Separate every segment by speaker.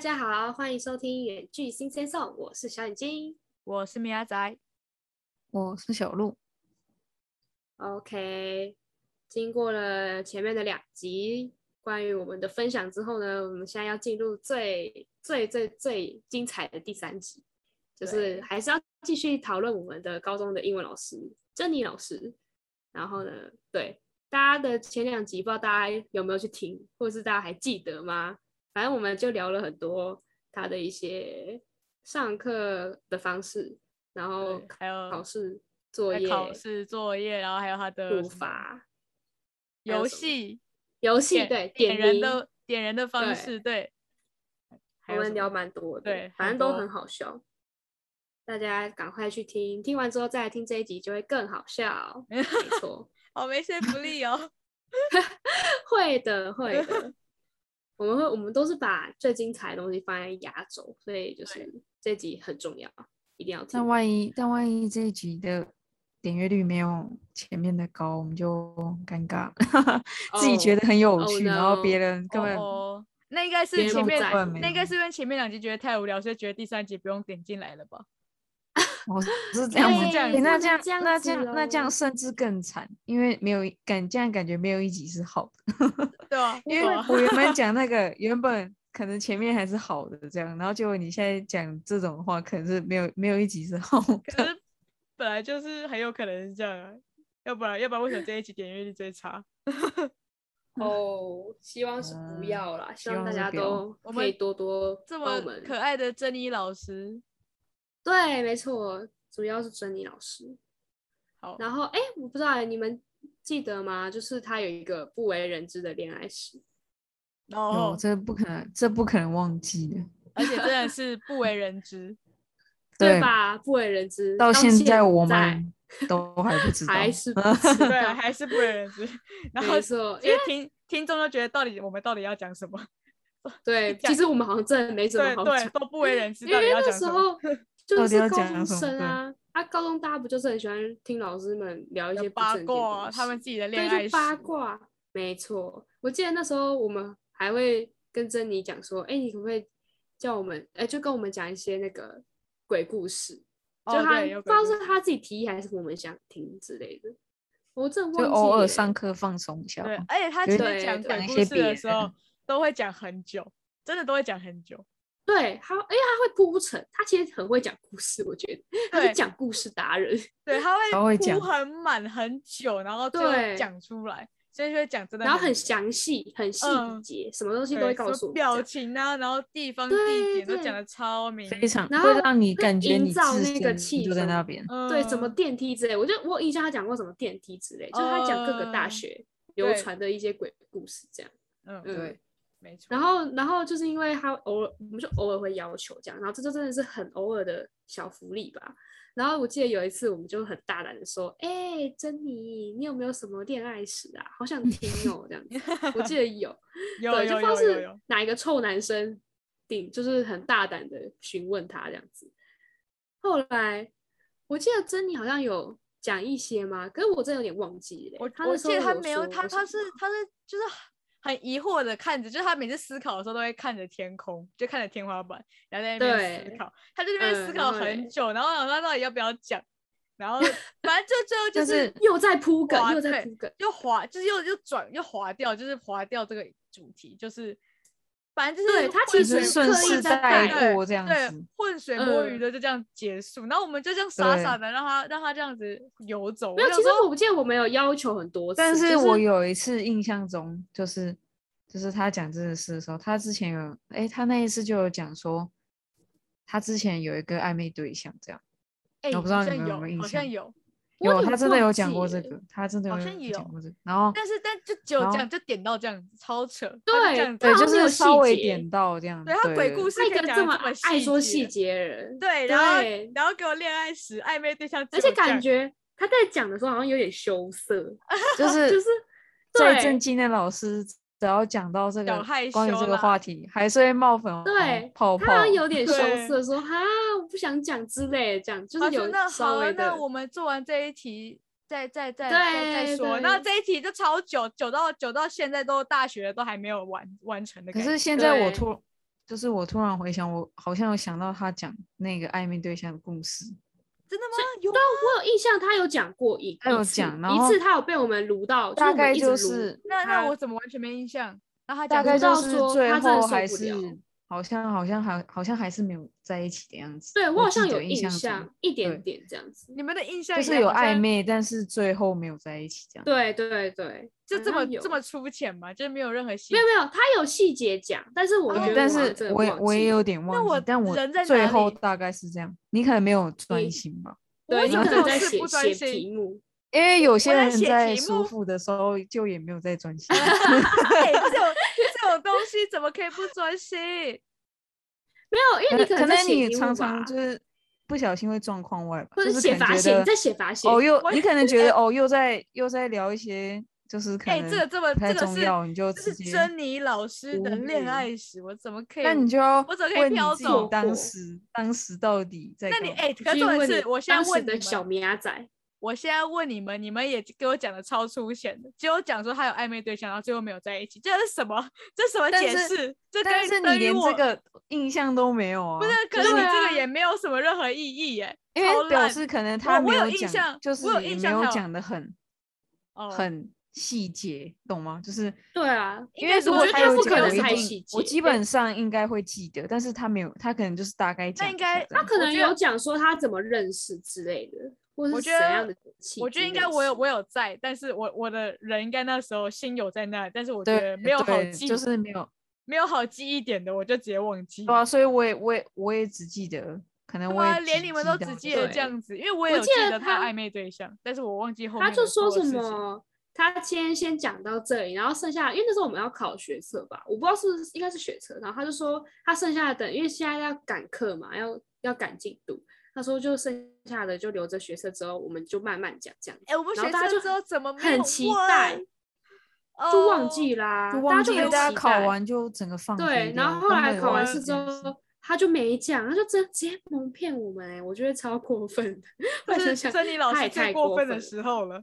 Speaker 1: 家好，欢迎收听远距新鲜送，我是小眼睛。
Speaker 2: 我是米亚仔，
Speaker 3: 我是小鹿，
Speaker 1: OK，经过了前面的两集关于我们的分享之后呢，我们现在要进入最最最最精彩的第三集，就是还是要继续讨论我们的高中的英文老师珍妮老师。然后呢，对大家的前两集，不知道大家有没有去听，或者是大家还记得吗？反正我们就聊了很多他的一些上课的方式，然后
Speaker 2: 对还有
Speaker 1: 考试作
Speaker 2: 在
Speaker 1: 业、
Speaker 2: 考试作业，然后还有他的
Speaker 1: 处
Speaker 2: 什么
Speaker 1: 罚、有什
Speaker 2: 游
Speaker 1: 么
Speaker 2: 戏
Speaker 1: 游戏，对
Speaker 2: 点点人
Speaker 1: 名，
Speaker 2: 的点人的
Speaker 1: 对
Speaker 2: 方式，对，还
Speaker 1: 我
Speaker 2: 有
Speaker 1: 们
Speaker 2: 什
Speaker 1: 聊
Speaker 2: 么
Speaker 1: 蛮多的，
Speaker 2: 对
Speaker 1: 反
Speaker 2: 很
Speaker 1: 正都
Speaker 2: 多
Speaker 1: 很好笑。大家赶快去听，听完之后再来听这一集就会更好 笑。没错，
Speaker 2: 好没说服力哦。
Speaker 1: 会的，会 的。我们会，我们都是把最精彩的东西放在压轴，所以就是这集很重要，一定要听
Speaker 3: 但。万一但万一这一集的点阅率没有前面的高，我们就尴尬了。 自己觉
Speaker 1: 哦
Speaker 3: 得很有
Speaker 1: ，oh
Speaker 3: 趣，然后
Speaker 1: no
Speaker 3: 别人根本
Speaker 2: 哦，那应该是
Speaker 1: 别人
Speaker 2: 前
Speaker 1: 不
Speaker 2: 面
Speaker 1: 在
Speaker 3: 乎
Speaker 2: 那应该是因为前面两集觉得太无聊，所以觉得第三集不用点进来了吧？
Speaker 3: 我
Speaker 1: 哦
Speaker 3: 是这
Speaker 2: 该
Speaker 3: 样
Speaker 2: 是
Speaker 3: 子。
Speaker 2: 这样
Speaker 3: 诶那
Speaker 1: 子
Speaker 3: 这样
Speaker 1: 哎这样
Speaker 3: 那
Speaker 1: 子
Speaker 3: 这样那这
Speaker 1: 咯
Speaker 3: 样甚至更惨，因为没有一感这样感觉没有一集是好的，
Speaker 2: 对啊，
Speaker 3: 因为
Speaker 2: 对啊
Speaker 3: 我原 本讲那个原本。可能前面还是好的这样，然后结果你现在讲这种话，可能是没有没有一集是好
Speaker 2: 可
Speaker 3: 的。
Speaker 2: 是本来就是很有可能是这样啊，要不然要不然为什么这一集点阅率 最差？
Speaker 1: 哦，希望是不
Speaker 3: 嗯
Speaker 1: 要啦，希
Speaker 3: 希
Speaker 1: 望
Speaker 3: 望
Speaker 1: 大
Speaker 3: 是
Speaker 1: 家
Speaker 3: 不要
Speaker 1: 都
Speaker 2: 我
Speaker 1: 可以
Speaker 2: 们
Speaker 1: 多多
Speaker 2: 这
Speaker 1: 帮
Speaker 2: 么
Speaker 1: 我们
Speaker 2: 可爱的珍妮老师，
Speaker 1: 对，没错，主要是珍妮老师。
Speaker 2: 好，
Speaker 1: 然后，哎，我不知道欸你们记得吗？就是他有一个不为人知的恋爱史，
Speaker 2: 然后
Speaker 1: 哦
Speaker 3: 有，这不可能，这不可能忘记的。
Speaker 2: 而且真的是不为人 知。
Speaker 1: 对
Speaker 3: 对
Speaker 1: 吧？不为人知，
Speaker 3: 到
Speaker 1: 现
Speaker 3: 现在我
Speaker 1: 在
Speaker 3: 们都还不知道，
Speaker 1: 还是不知
Speaker 2: 对
Speaker 1: 道。
Speaker 2: 啊，还是不为人 知。 然后
Speaker 1: 没错，因
Speaker 2: 因
Speaker 1: 为
Speaker 2: 为听听众都觉得到底我们到底要讲什么？
Speaker 1: 对，
Speaker 2: 讲
Speaker 1: 其实我们好像真的没什么
Speaker 2: 对
Speaker 1: 好
Speaker 2: 对，
Speaker 1: 讲，
Speaker 2: 都不为人知，
Speaker 1: 因
Speaker 2: 到底
Speaker 1: 为
Speaker 2: 要
Speaker 1: 那
Speaker 2: 讲
Speaker 1: 时
Speaker 2: 什么？
Speaker 1: 候就
Speaker 3: 到
Speaker 1: 是
Speaker 3: 底要
Speaker 1: 高
Speaker 3: 讲
Speaker 1: 中
Speaker 3: 什么
Speaker 1: 生
Speaker 3: 对
Speaker 1: 啊，啊，高中大家不就是很喜欢听老师们聊一些不
Speaker 2: 八
Speaker 1: 正经的
Speaker 2: 卦啊，
Speaker 1: 东
Speaker 2: 他们
Speaker 1: 西
Speaker 2: 自己的
Speaker 1: 对，
Speaker 2: 恋爱
Speaker 1: 就
Speaker 2: 史，
Speaker 1: 八卦，没错。我记得那时候我们还会跟珍妮讲说，哎，你可不可以叫我们，哎，就跟我们讲一些那个鬼故事，就
Speaker 2: 哦
Speaker 1: 他
Speaker 2: 对
Speaker 1: 不
Speaker 2: 有
Speaker 1: 知道
Speaker 2: 鬼
Speaker 1: 是
Speaker 2: 故事
Speaker 1: 他自己提议还是我们想听之类的，我真的
Speaker 3: 就
Speaker 1: 忘记
Speaker 3: 偶尔
Speaker 1: 耶
Speaker 3: 上课放松一下吧。
Speaker 2: 对，而且他
Speaker 3: 就
Speaker 2: 其
Speaker 3: 是
Speaker 2: 实讲
Speaker 1: 对
Speaker 3: 讲
Speaker 2: 鬼
Speaker 3: 一
Speaker 2: 故
Speaker 3: 些
Speaker 2: 事的
Speaker 3: 别
Speaker 2: 时候
Speaker 3: 人
Speaker 2: 都会讲很久，真的都会讲很久。
Speaker 1: 对他，因为他会铺陈，他其实很会讲故事，我觉得他是
Speaker 2: 对
Speaker 1: 讲故事达人。
Speaker 2: 对，他
Speaker 3: 他
Speaker 2: 会
Speaker 3: 会
Speaker 2: 铺
Speaker 3: 讲
Speaker 2: 很满很久，然后最后
Speaker 1: 对
Speaker 2: 讲出来，所以就会讲真的久，
Speaker 1: 然后很详细、很细
Speaker 2: 嗯
Speaker 1: 节，什么东西
Speaker 2: 对，
Speaker 1: 都会告
Speaker 2: 说
Speaker 1: 诉我们这
Speaker 2: 表
Speaker 1: 样。
Speaker 2: 情啊，然后地方
Speaker 1: 对
Speaker 2: 地点都
Speaker 1: 对
Speaker 2: 讲的超明，
Speaker 3: 非常
Speaker 1: 然
Speaker 3: 会
Speaker 1: 后
Speaker 3: 让你
Speaker 1: 会
Speaker 3: 感觉
Speaker 1: 营
Speaker 3: 你
Speaker 1: 造
Speaker 3: 置
Speaker 1: 那个
Speaker 3: 身
Speaker 1: 气
Speaker 3: 就在
Speaker 1: 氛
Speaker 3: 那边。
Speaker 1: 对，什么
Speaker 2: 嗯
Speaker 1: 电梯之类，我就我有印象他讲过什么电梯之类，就是他讲各个大
Speaker 2: 嗯
Speaker 1: 学流
Speaker 2: 对
Speaker 1: 传的一些鬼故事这样。
Speaker 2: 嗯，
Speaker 1: 嗯
Speaker 2: 对，没错。
Speaker 1: 然后，然后就是因为他偶尔，我们就偶尔会要求这样，然后这就真的是很偶尔的小福利吧。然后我记得有一次，我们就很大胆的说：“哎、珍妮，你有没有什么恋爱史啊？好想听哦。”这样子，我记得有，
Speaker 2: 有
Speaker 1: 对，就
Speaker 2: 有
Speaker 1: 不知道
Speaker 2: 有有
Speaker 1: 是
Speaker 2: 有，
Speaker 1: 哪一个臭男生顶，就是很大胆的询问他这样子。后来我记得珍妮好像有讲一些嘛，可是我真的有点忘记了欸、
Speaker 2: 我
Speaker 1: 她
Speaker 2: 我
Speaker 1: 那时
Speaker 2: 记得
Speaker 1: 候
Speaker 2: 他没有，
Speaker 1: 说
Speaker 2: 他
Speaker 1: 什
Speaker 2: 他
Speaker 1: 么
Speaker 2: 是他是就是很疑惑的看着，就是他每次思考的时候都会看着天空，就看着天花板，然后在那边
Speaker 1: 对
Speaker 2: 思考，他就在那边思
Speaker 1: 嗯然
Speaker 2: 考
Speaker 1: 后嘞
Speaker 2: 很久，然后想说他到底要不要讲，然后反正就最后就
Speaker 3: 但
Speaker 2: 是
Speaker 3: 是
Speaker 1: 又在铺梗，
Speaker 2: 哇
Speaker 1: 又在
Speaker 2: 对
Speaker 1: 铺梗。
Speaker 2: 又划，就是又又转又划掉，就是划掉这个主题，就是反正就是
Speaker 1: 对他
Speaker 2: 浑
Speaker 1: 其
Speaker 3: 就
Speaker 1: 实
Speaker 3: 是
Speaker 2: 水
Speaker 3: 顺
Speaker 1: 刻意
Speaker 3: 势
Speaker 1: 在
Speaker 3: 带
Speaker 2: 对
Speaker 3: 过这样
Speaker 2: 对
Speaker 3: 子，
Speaker 2: 浑水摸
Speaker 1: 嗯
Speaker 2: 鱼的就这样结束，然后我们就这样傻
Speaker 3: 对
Speaker 2: 傻的让他让他这样子游走。
Speaker 1: 没有，
Speaker 2: 我
Speaker 1: 其
Speaker 2: 想
Speaker 1: 实
Speaker 2: 说
Speaker 1: 我不记得我们有要求很多次，
Speaker 3: 但
Speaker 1: 就是
Speaker 3: 我有一次印象中，就是就是他讲这个事的时候，他之前有，哎，他那一次就有讲说，他之前有一个暧昧对象这样，
Speaker 2: 哎，
Speaker 3: 我不知
Speaker 2: 好
Speaker 3: 道你
Speaker 2: 像
Speaker 3: 们有没有印
Speaker 2: 好像
Speaker 3: 象
Speaker 2: 有，
Speaker 1: 我有
Speaker 3: 有
Speaker 1: 点
Speaker 3: 他真的
Speaker 1: 忘
Speaker 3: 有讲过
Speaker 1: 记
Speaker 3: 这
Speaker 1: 耶
Speaker 3: 个，他真的
Speaker 2: 好
Speaker 3: 有
Speaker 2: 像有
Speaker 3: 讲过这个，然后
Speaker 2: 但是但就只有
Speaker 3: 然
Speaker 2: 这
Speaker 3: 后
Speaker 2: 样，就点到这样子，超扯。
Speaker 1: 对
Speaker 2: 他就这样子
Speaker 1: 他
Speaker 3: 对，
Speaker 1: 好
Speaker 3: 就
Speaker 1: 像没有
Speaker 3: 是
Speaker 1: 细
Speaker 3: 稍微
Speaker 1: 节
Speaker 3: 点到这样，
Speaker 2: 对他鬼故
Speaker 3: 事。
Speaker 2: 事
Speaker 1: 他一
Speaker 2: 可以
Speaker 1: 个
Speaker 2: 讲
Speaker 1: 这
Speaker 2: 得
Speaker 1: 么
Speaker 2: 这么
Speaker 1: 爱说
Speaker 2: 细
Speaker 1: 细
Speaker 2: 节
Speaker 1: 节的人，
Speaker 2: 对，然后
Speaker 1: 对，
Speaker 2: 然后给我恋爱史暧昧对象只
Speaker 1: 而
Speaker 2: 有
Speaker 1: 且
Speaker 2: 这样，
Speaker 1: 感觉他在讲的时候好像有点羞涩，
Speaker 3: 就
Speaker 1: 就是是
Speaker 3: 最震
Speaker 1: 对
Speaker 3: 惊的老师，只要讲到这
Speaker 2: 小
Speaker 3: 个
Speaker 2: 害
Speaker 3: 关于
Speaker 2: 羞
Speaker 3: 这
Speaker 2: 啦
Speaker 3: 个话题，还是会冒粉红
Speaker 1: 对，
Speaker 3: 泡
Speaker 1: 他
Speaker 3: 泡。
Speaker 1: 好像有点羞
Speaker 2: 对
Speaker 1: 涩，说哈我不想讲之类的，这样就是
Speaker 2: 他说
Speaker 1: 有
Speaker 2: 那
Speaker 1: 稍
Speaker 2: 好啊，
Speaker 1: 微的
Speaker 2: 那，我们做完这一题，再再再再
Speaker 1: 对
Speaker 2: 再说。那
Speaker 1: 对
Speaker 2: 这一题就超久，久到久到现在都大学了都还没有完完成的
Speaker 3: 可
Speaker 2: 感觉。
Speaker 3: 是现在我
Speaker 1: 对
Speaker 3: 突，就是我突然回想，我好像有想到他讲那个暧昧对象的故事，
Speaker 2: 真的吗？有吗
Speaker 1: 但我有印象，他有讲过一，
Speaker 3: 他有
Speaker 1: 一次
Speaker 3: 讲然
Speaker 1: 一
Speaker 3: 后
Speaker 1: 次，他有被我们撸到，
Speaker 3: 大概
Speaker 1: 就
Speaker 3: 就是
Speaker 1: 我们一直撸
Speaker 3: 是
Speaker 2: 那
Speaker 3: 他
Speaker 2: 那我怎么完全没印象？然后他
Speaker 3: 啊大
Speaker 2: 讲哦
Speaker 3: 概
Speaker 2: 什
Speaker 3: 就
Speaker 1: 到
Speaker 2: 么
Speaker 3: 是
Speaker 1: 说
Speaker 3: 最
Speaker 1: 他真的
Speaker 3: 后
Speaker 1: 受
Speaker 3: 还
Speaker 1: 不
Speaker 3: 是
Speaker 1: 了
Speaker 3: 好像好像还好像还是没有在一起的样子。
Speaker 1: 对我好
Speaker 3: 记
Speaker 1: 像
Speaker 3: 得
Speaker 1: 有
Speaker 3: 印
Speaker 1: 印
Speaker 3: 象中，
Speaker 1: 一
Speaker 3: 对
Speaker 1: 点点这样子。
Speaker 2: 你们的印象
Speaker 3: 就
Speaker 2: 里
Speaker 3: 是
Speaker 2: 面
Speaker 3: 有
Speaker 2: 好像
Speaker 3: 暧昧，但是最后没有在一起这样。
Speaker 1: 对对对，
Speaker 2: 就
Speaker 1: 好
Speaker 2: 这么
Speaker 1: 像有
Speaker 2: 这么粗浅嘛，就是没有任何细
Speaker 1: 没有没有，他有细节讲，但是我
Speaker 2: 哦
Speaker 1: 觉得
Speaker 3: 但
Speaker 1: 我好像
Speaker 3: 是
Speaker 1: 真的
Speaker 3: 我也
Speaker 1: 忘
Speaker 3: 我也
Speaker 1: 记
Speaker 3: 有点忘记，
Speaker 2: 我
Speaker 3: 但我
Speaker 2: 人在
Speaker 3: 最
Speaker 2: 哪
Speaker 3: 后
Speaker 2: 里
Speaker 3: 大概是这样。你可能没有
Speaker 1: 你
Speaker 3: 专心吧，
Speaker 2: 我
Speaker 1: 对
Speaker 2: 为
Speaker 1: 你
Speaker 2: 什么
Speaker 1: 可
Speaker 2: 这
Speaker 1: 能
Speaker 2: 种
Speaker 1: 在
Speaker 2: 事不
Speaker 1: 写
Speaker 2: 专
Speaker 1: 写
Speaker 2: 心
Speaker 1: 题目，
Speaker 3: 因为有些
Speaker 2: 在
Speaker 3: 人
Speaker 2: 写
Speaker 3: 在
Speaker 2: 题
Speaker 3: 舒
Speaker 2: 目
Speaker 3: 服的时候就也没有在专心。
Speaker 2: 哎，这种这种东西怎么可以不专心？
Speaker 1: 没有，因为你
Speaker 3: 可
Speaker 1: 能在
Speaker 3: 能
Speaker 1: 写
Speaker 3: 你
Speaker 1: 题目
Speaker 3: 常
Speaker 1: 吧
Speaker 3: 常就是不小心会状况外吧，
Speaker 1: 或
Speaker 3: 就是
Speaker 1: 者写
Speaker 3: 可能
Speaker 1: 罚
Speaker 3: 觉
Speaker 1: 写，
Speaker 3: 得
Speaker 1: 你在写罚写，
Speaker 3: 哦，又
Speaker 2: 我
Speaker 3: 你可能觉得哦，又在又在聊一些，就是可
Speaker 2: 哎，
Speaker 3: 能
Speaker 2: 这个这么
Speaker 3: 不太
Speaker 2: 这个
Speaker 3: 重
Speaker 2: 是
Speaker 3: 要，你就
Speaker 2: 这
Speaker 3: 直
Speaker 2: 是
Speaker 3: 接，
Speaker 2: 珍妮老师的
Speaker 3: 忽
Speaker 2: 恋
Speaker 3: 略
Speaker 2: 爱史，我怎么可以？
Speaker 3: 那你就要
Speaker 2: 我怎么可以
Speaker 3: 问你
Speaker 2: 飘
Speaker 3: 自
Speaker 1: 走
Speaker 3: 己当
Speaker 1: 过
Speaker 3: 时当时到底在
Speaker 2: 那
Speaker 3: 干
Speaker 2: 你
Speaker 3: 嘛？
Speaker 2: 哎，可
Speaker 1: 去
Speaker 2: 是重点
Speaker 1: 问你
Speaker 2: 是我现
Speaker 1: 当
Speaker 2: 在
Speaker 1: 时
Speaker 2: 问你
Speaker 1: 的
Speaker 2: 们
Speaker 1: 小米阿仔，
Speaker 2: 我现在问你们，你们也给我讲的超粗浅的，只有讲说他有暧昧对象，然后最后没有在一起，这是什么？这什么
Speaker 3: 但
Speaker 2: 解
Speaker 3: 是
Speaker 2: 释？这
Speaker 3: 但
Speaker 2: 跟
Speaker 3: 是
Speaker 2: 跟
Speaker 3: 你连
Speaker 2: 于
Speaker 3: 这
Speaker 2: 我
Speaker 3: 个印象都没有啊？
Speaker 2: 不是，可是
Speaker 1: 对
Speaker 2: 你这个
Speaker 1: 啊
Speaker 2: 也没有什么任何意义耶。
Speaker 3: 因
Speaker 2: 超
Speaker 3: 为表
Speaker 2: 烂
Speaker 3: 示可能
Speaker 2: 我
Speaker 3: 他
Speaker 2: 我
Speaker 3: 没
Speaker 2: 有印
Speaker 3: 讲，
Speaker 2: 象
Speaker 3: 就
Speaker 2: 我
Speaker 3: 是
Speaker 2: 有
Speaker 3: 也
Speaker 2: 印
Speaker 3: 没
Speaker 2: 象
Speaker 3: 有
Speaker 2: 还有
Speaker 3: 讲的很
Speaker 2: 哦，
Speaker 3: 很细节，懂吗？就是
Speaker 1: 对啊，
Speaker 3: 因
Speaker 2: 该
Speaker 3: 为
Speaker 2: 是
Speaker 3: 如
Speaker 2: 我
Speaker 3: 果
Speaker 2: 觉得
Speaker 3: 他
Speaker 2: 他
Speaker 3: 有
Speaker 2: 不
Speaker 3: 讲，
Speaker 2: 可
Speaker 3: 我
Speaker 2: 能
Speaker 3: 一
Speaker 1: 太
Speaker 3: 定
Speaker 1: 细
Speaker 3: 我
Speaker 1: 节
Speaker 3: 基本上应该会记得，但是他没有，他可能就是大概讲一
Speaker 2: 应
Speaker 3: 下
Speaker 2: 该
Speaker 3: 这
Speaker 1: 他
Speaker 3: 样。
Speaker 1: 可能
Speaker 2: 觉得
Speaker 1: 有讲说他怎么认识之类的，或
Speaker 2: 我
Speaker 1: 是
Speaker 2: 觉
Speaker 1: 怎
Speaker 2: 得
Speaker 1: 样的契
Speaker 2: 我觉得
Speaker 1: 机
Speaker 2: 应
Speaker 1: 认
Speaker 2: 该我有
Speaker 1: 识
Speaker 2: 我有在，但是我我的人应该那时候心有在那，但是我觉
Speaker 3: 对
Speaker 2: 得，没有好
Speaker 3: 对
Speaker 2: 记，
Speaker 3: 就是没有
Speaker 2: 没有好记一点的，我就直接忘记
Speaker 3: 对。啊，所以我也我也我也只记得，可能
Speaker 2: 对
Speaker 3: 我也
Speaker 2: 啊，连
Speaker 3: 只
Speaker 2: 你们
Speaker 3: 记
Speaker 2: 都
Speaker 3: 到
Speaker 2: 只记得
Speaker 3: 对
Speaker 2: 这样子，因为我也
Speaker 1: 我
Speaker 2: 有
Speaker 1: 记得
Speaker 2: 得他
Speaker 1: 他
Speaker 2: 暧昧对象，但是我忘记后面
Speaker 1: 他就
Speaker 2: 的所
Speaker 1: 说
Speaker 2: 有
Speaker 1: 什
Speaker 2: 事情
Speaker 1: 么，他先先讲到这里，然后剩下，因为那时候我们要考学测吧，我不知道是不是应该是学测，然后他就说他剩下的等，因为现在要赶课嘛，要要赶进度，他说就剩下的就留着学测之后，我们就慢慢讲这样子。
Speaker 2: 哎、我们
Speaker 1: 然后
Speaker 2: 学
Speaker 1: 大家
Speaker 2: 车
Speaker 1: 就
Speaker 2: 之后
Speaker 1: 很
Speaker 2: 怎哦么没
Speaker 1: 很
Speaker 2: 有
Speaker 1: 期
Speaker 2: 问
Speaker 1: 待，就忘
Speaker 2: 哦
Speaker 1: 记啦，
Speaker 3: 就
Speaker 1: 大
Speaker 3: 忘
Speaker 1: 家就
Speaker 3: 记
Speaker 1: 很
Speaker 3: 了，
Speaker 1: 期待
Speaker 3: 大家考完就整个放
Speaker 1: 对
Speaker 3: 飞，
Speaker 1: 然
Speaker 3: 掉
Speaker 1: 后后
Speaker 3: 都
Speaker 1: 来
Speaker 3: 没有
Speaker 1: 考完
Speaker 3: 忘
Speaker 1: 试
Speaker 3: 记
Speaker 1: 之
Speaker 3: 这件事
Speaker 1: 后。他就没讲，他就直直接蒙骗我们哎、我觉得超过分的。 我
Speaker 2: 这
Speaker 1: 想
Speaker 2: 是
Speaker 1: 想，
Speaker 2: 珍妮老
Speaker 1: 他
Speaker 2: 师
Speaker 1: 也
Speaker 2: 最
Speaker 1: 太
Speaker 2: 过分
Speaker 1: 分
Speaker 2: 的
Speaker 1: 了。
Speaker 2: 时候了。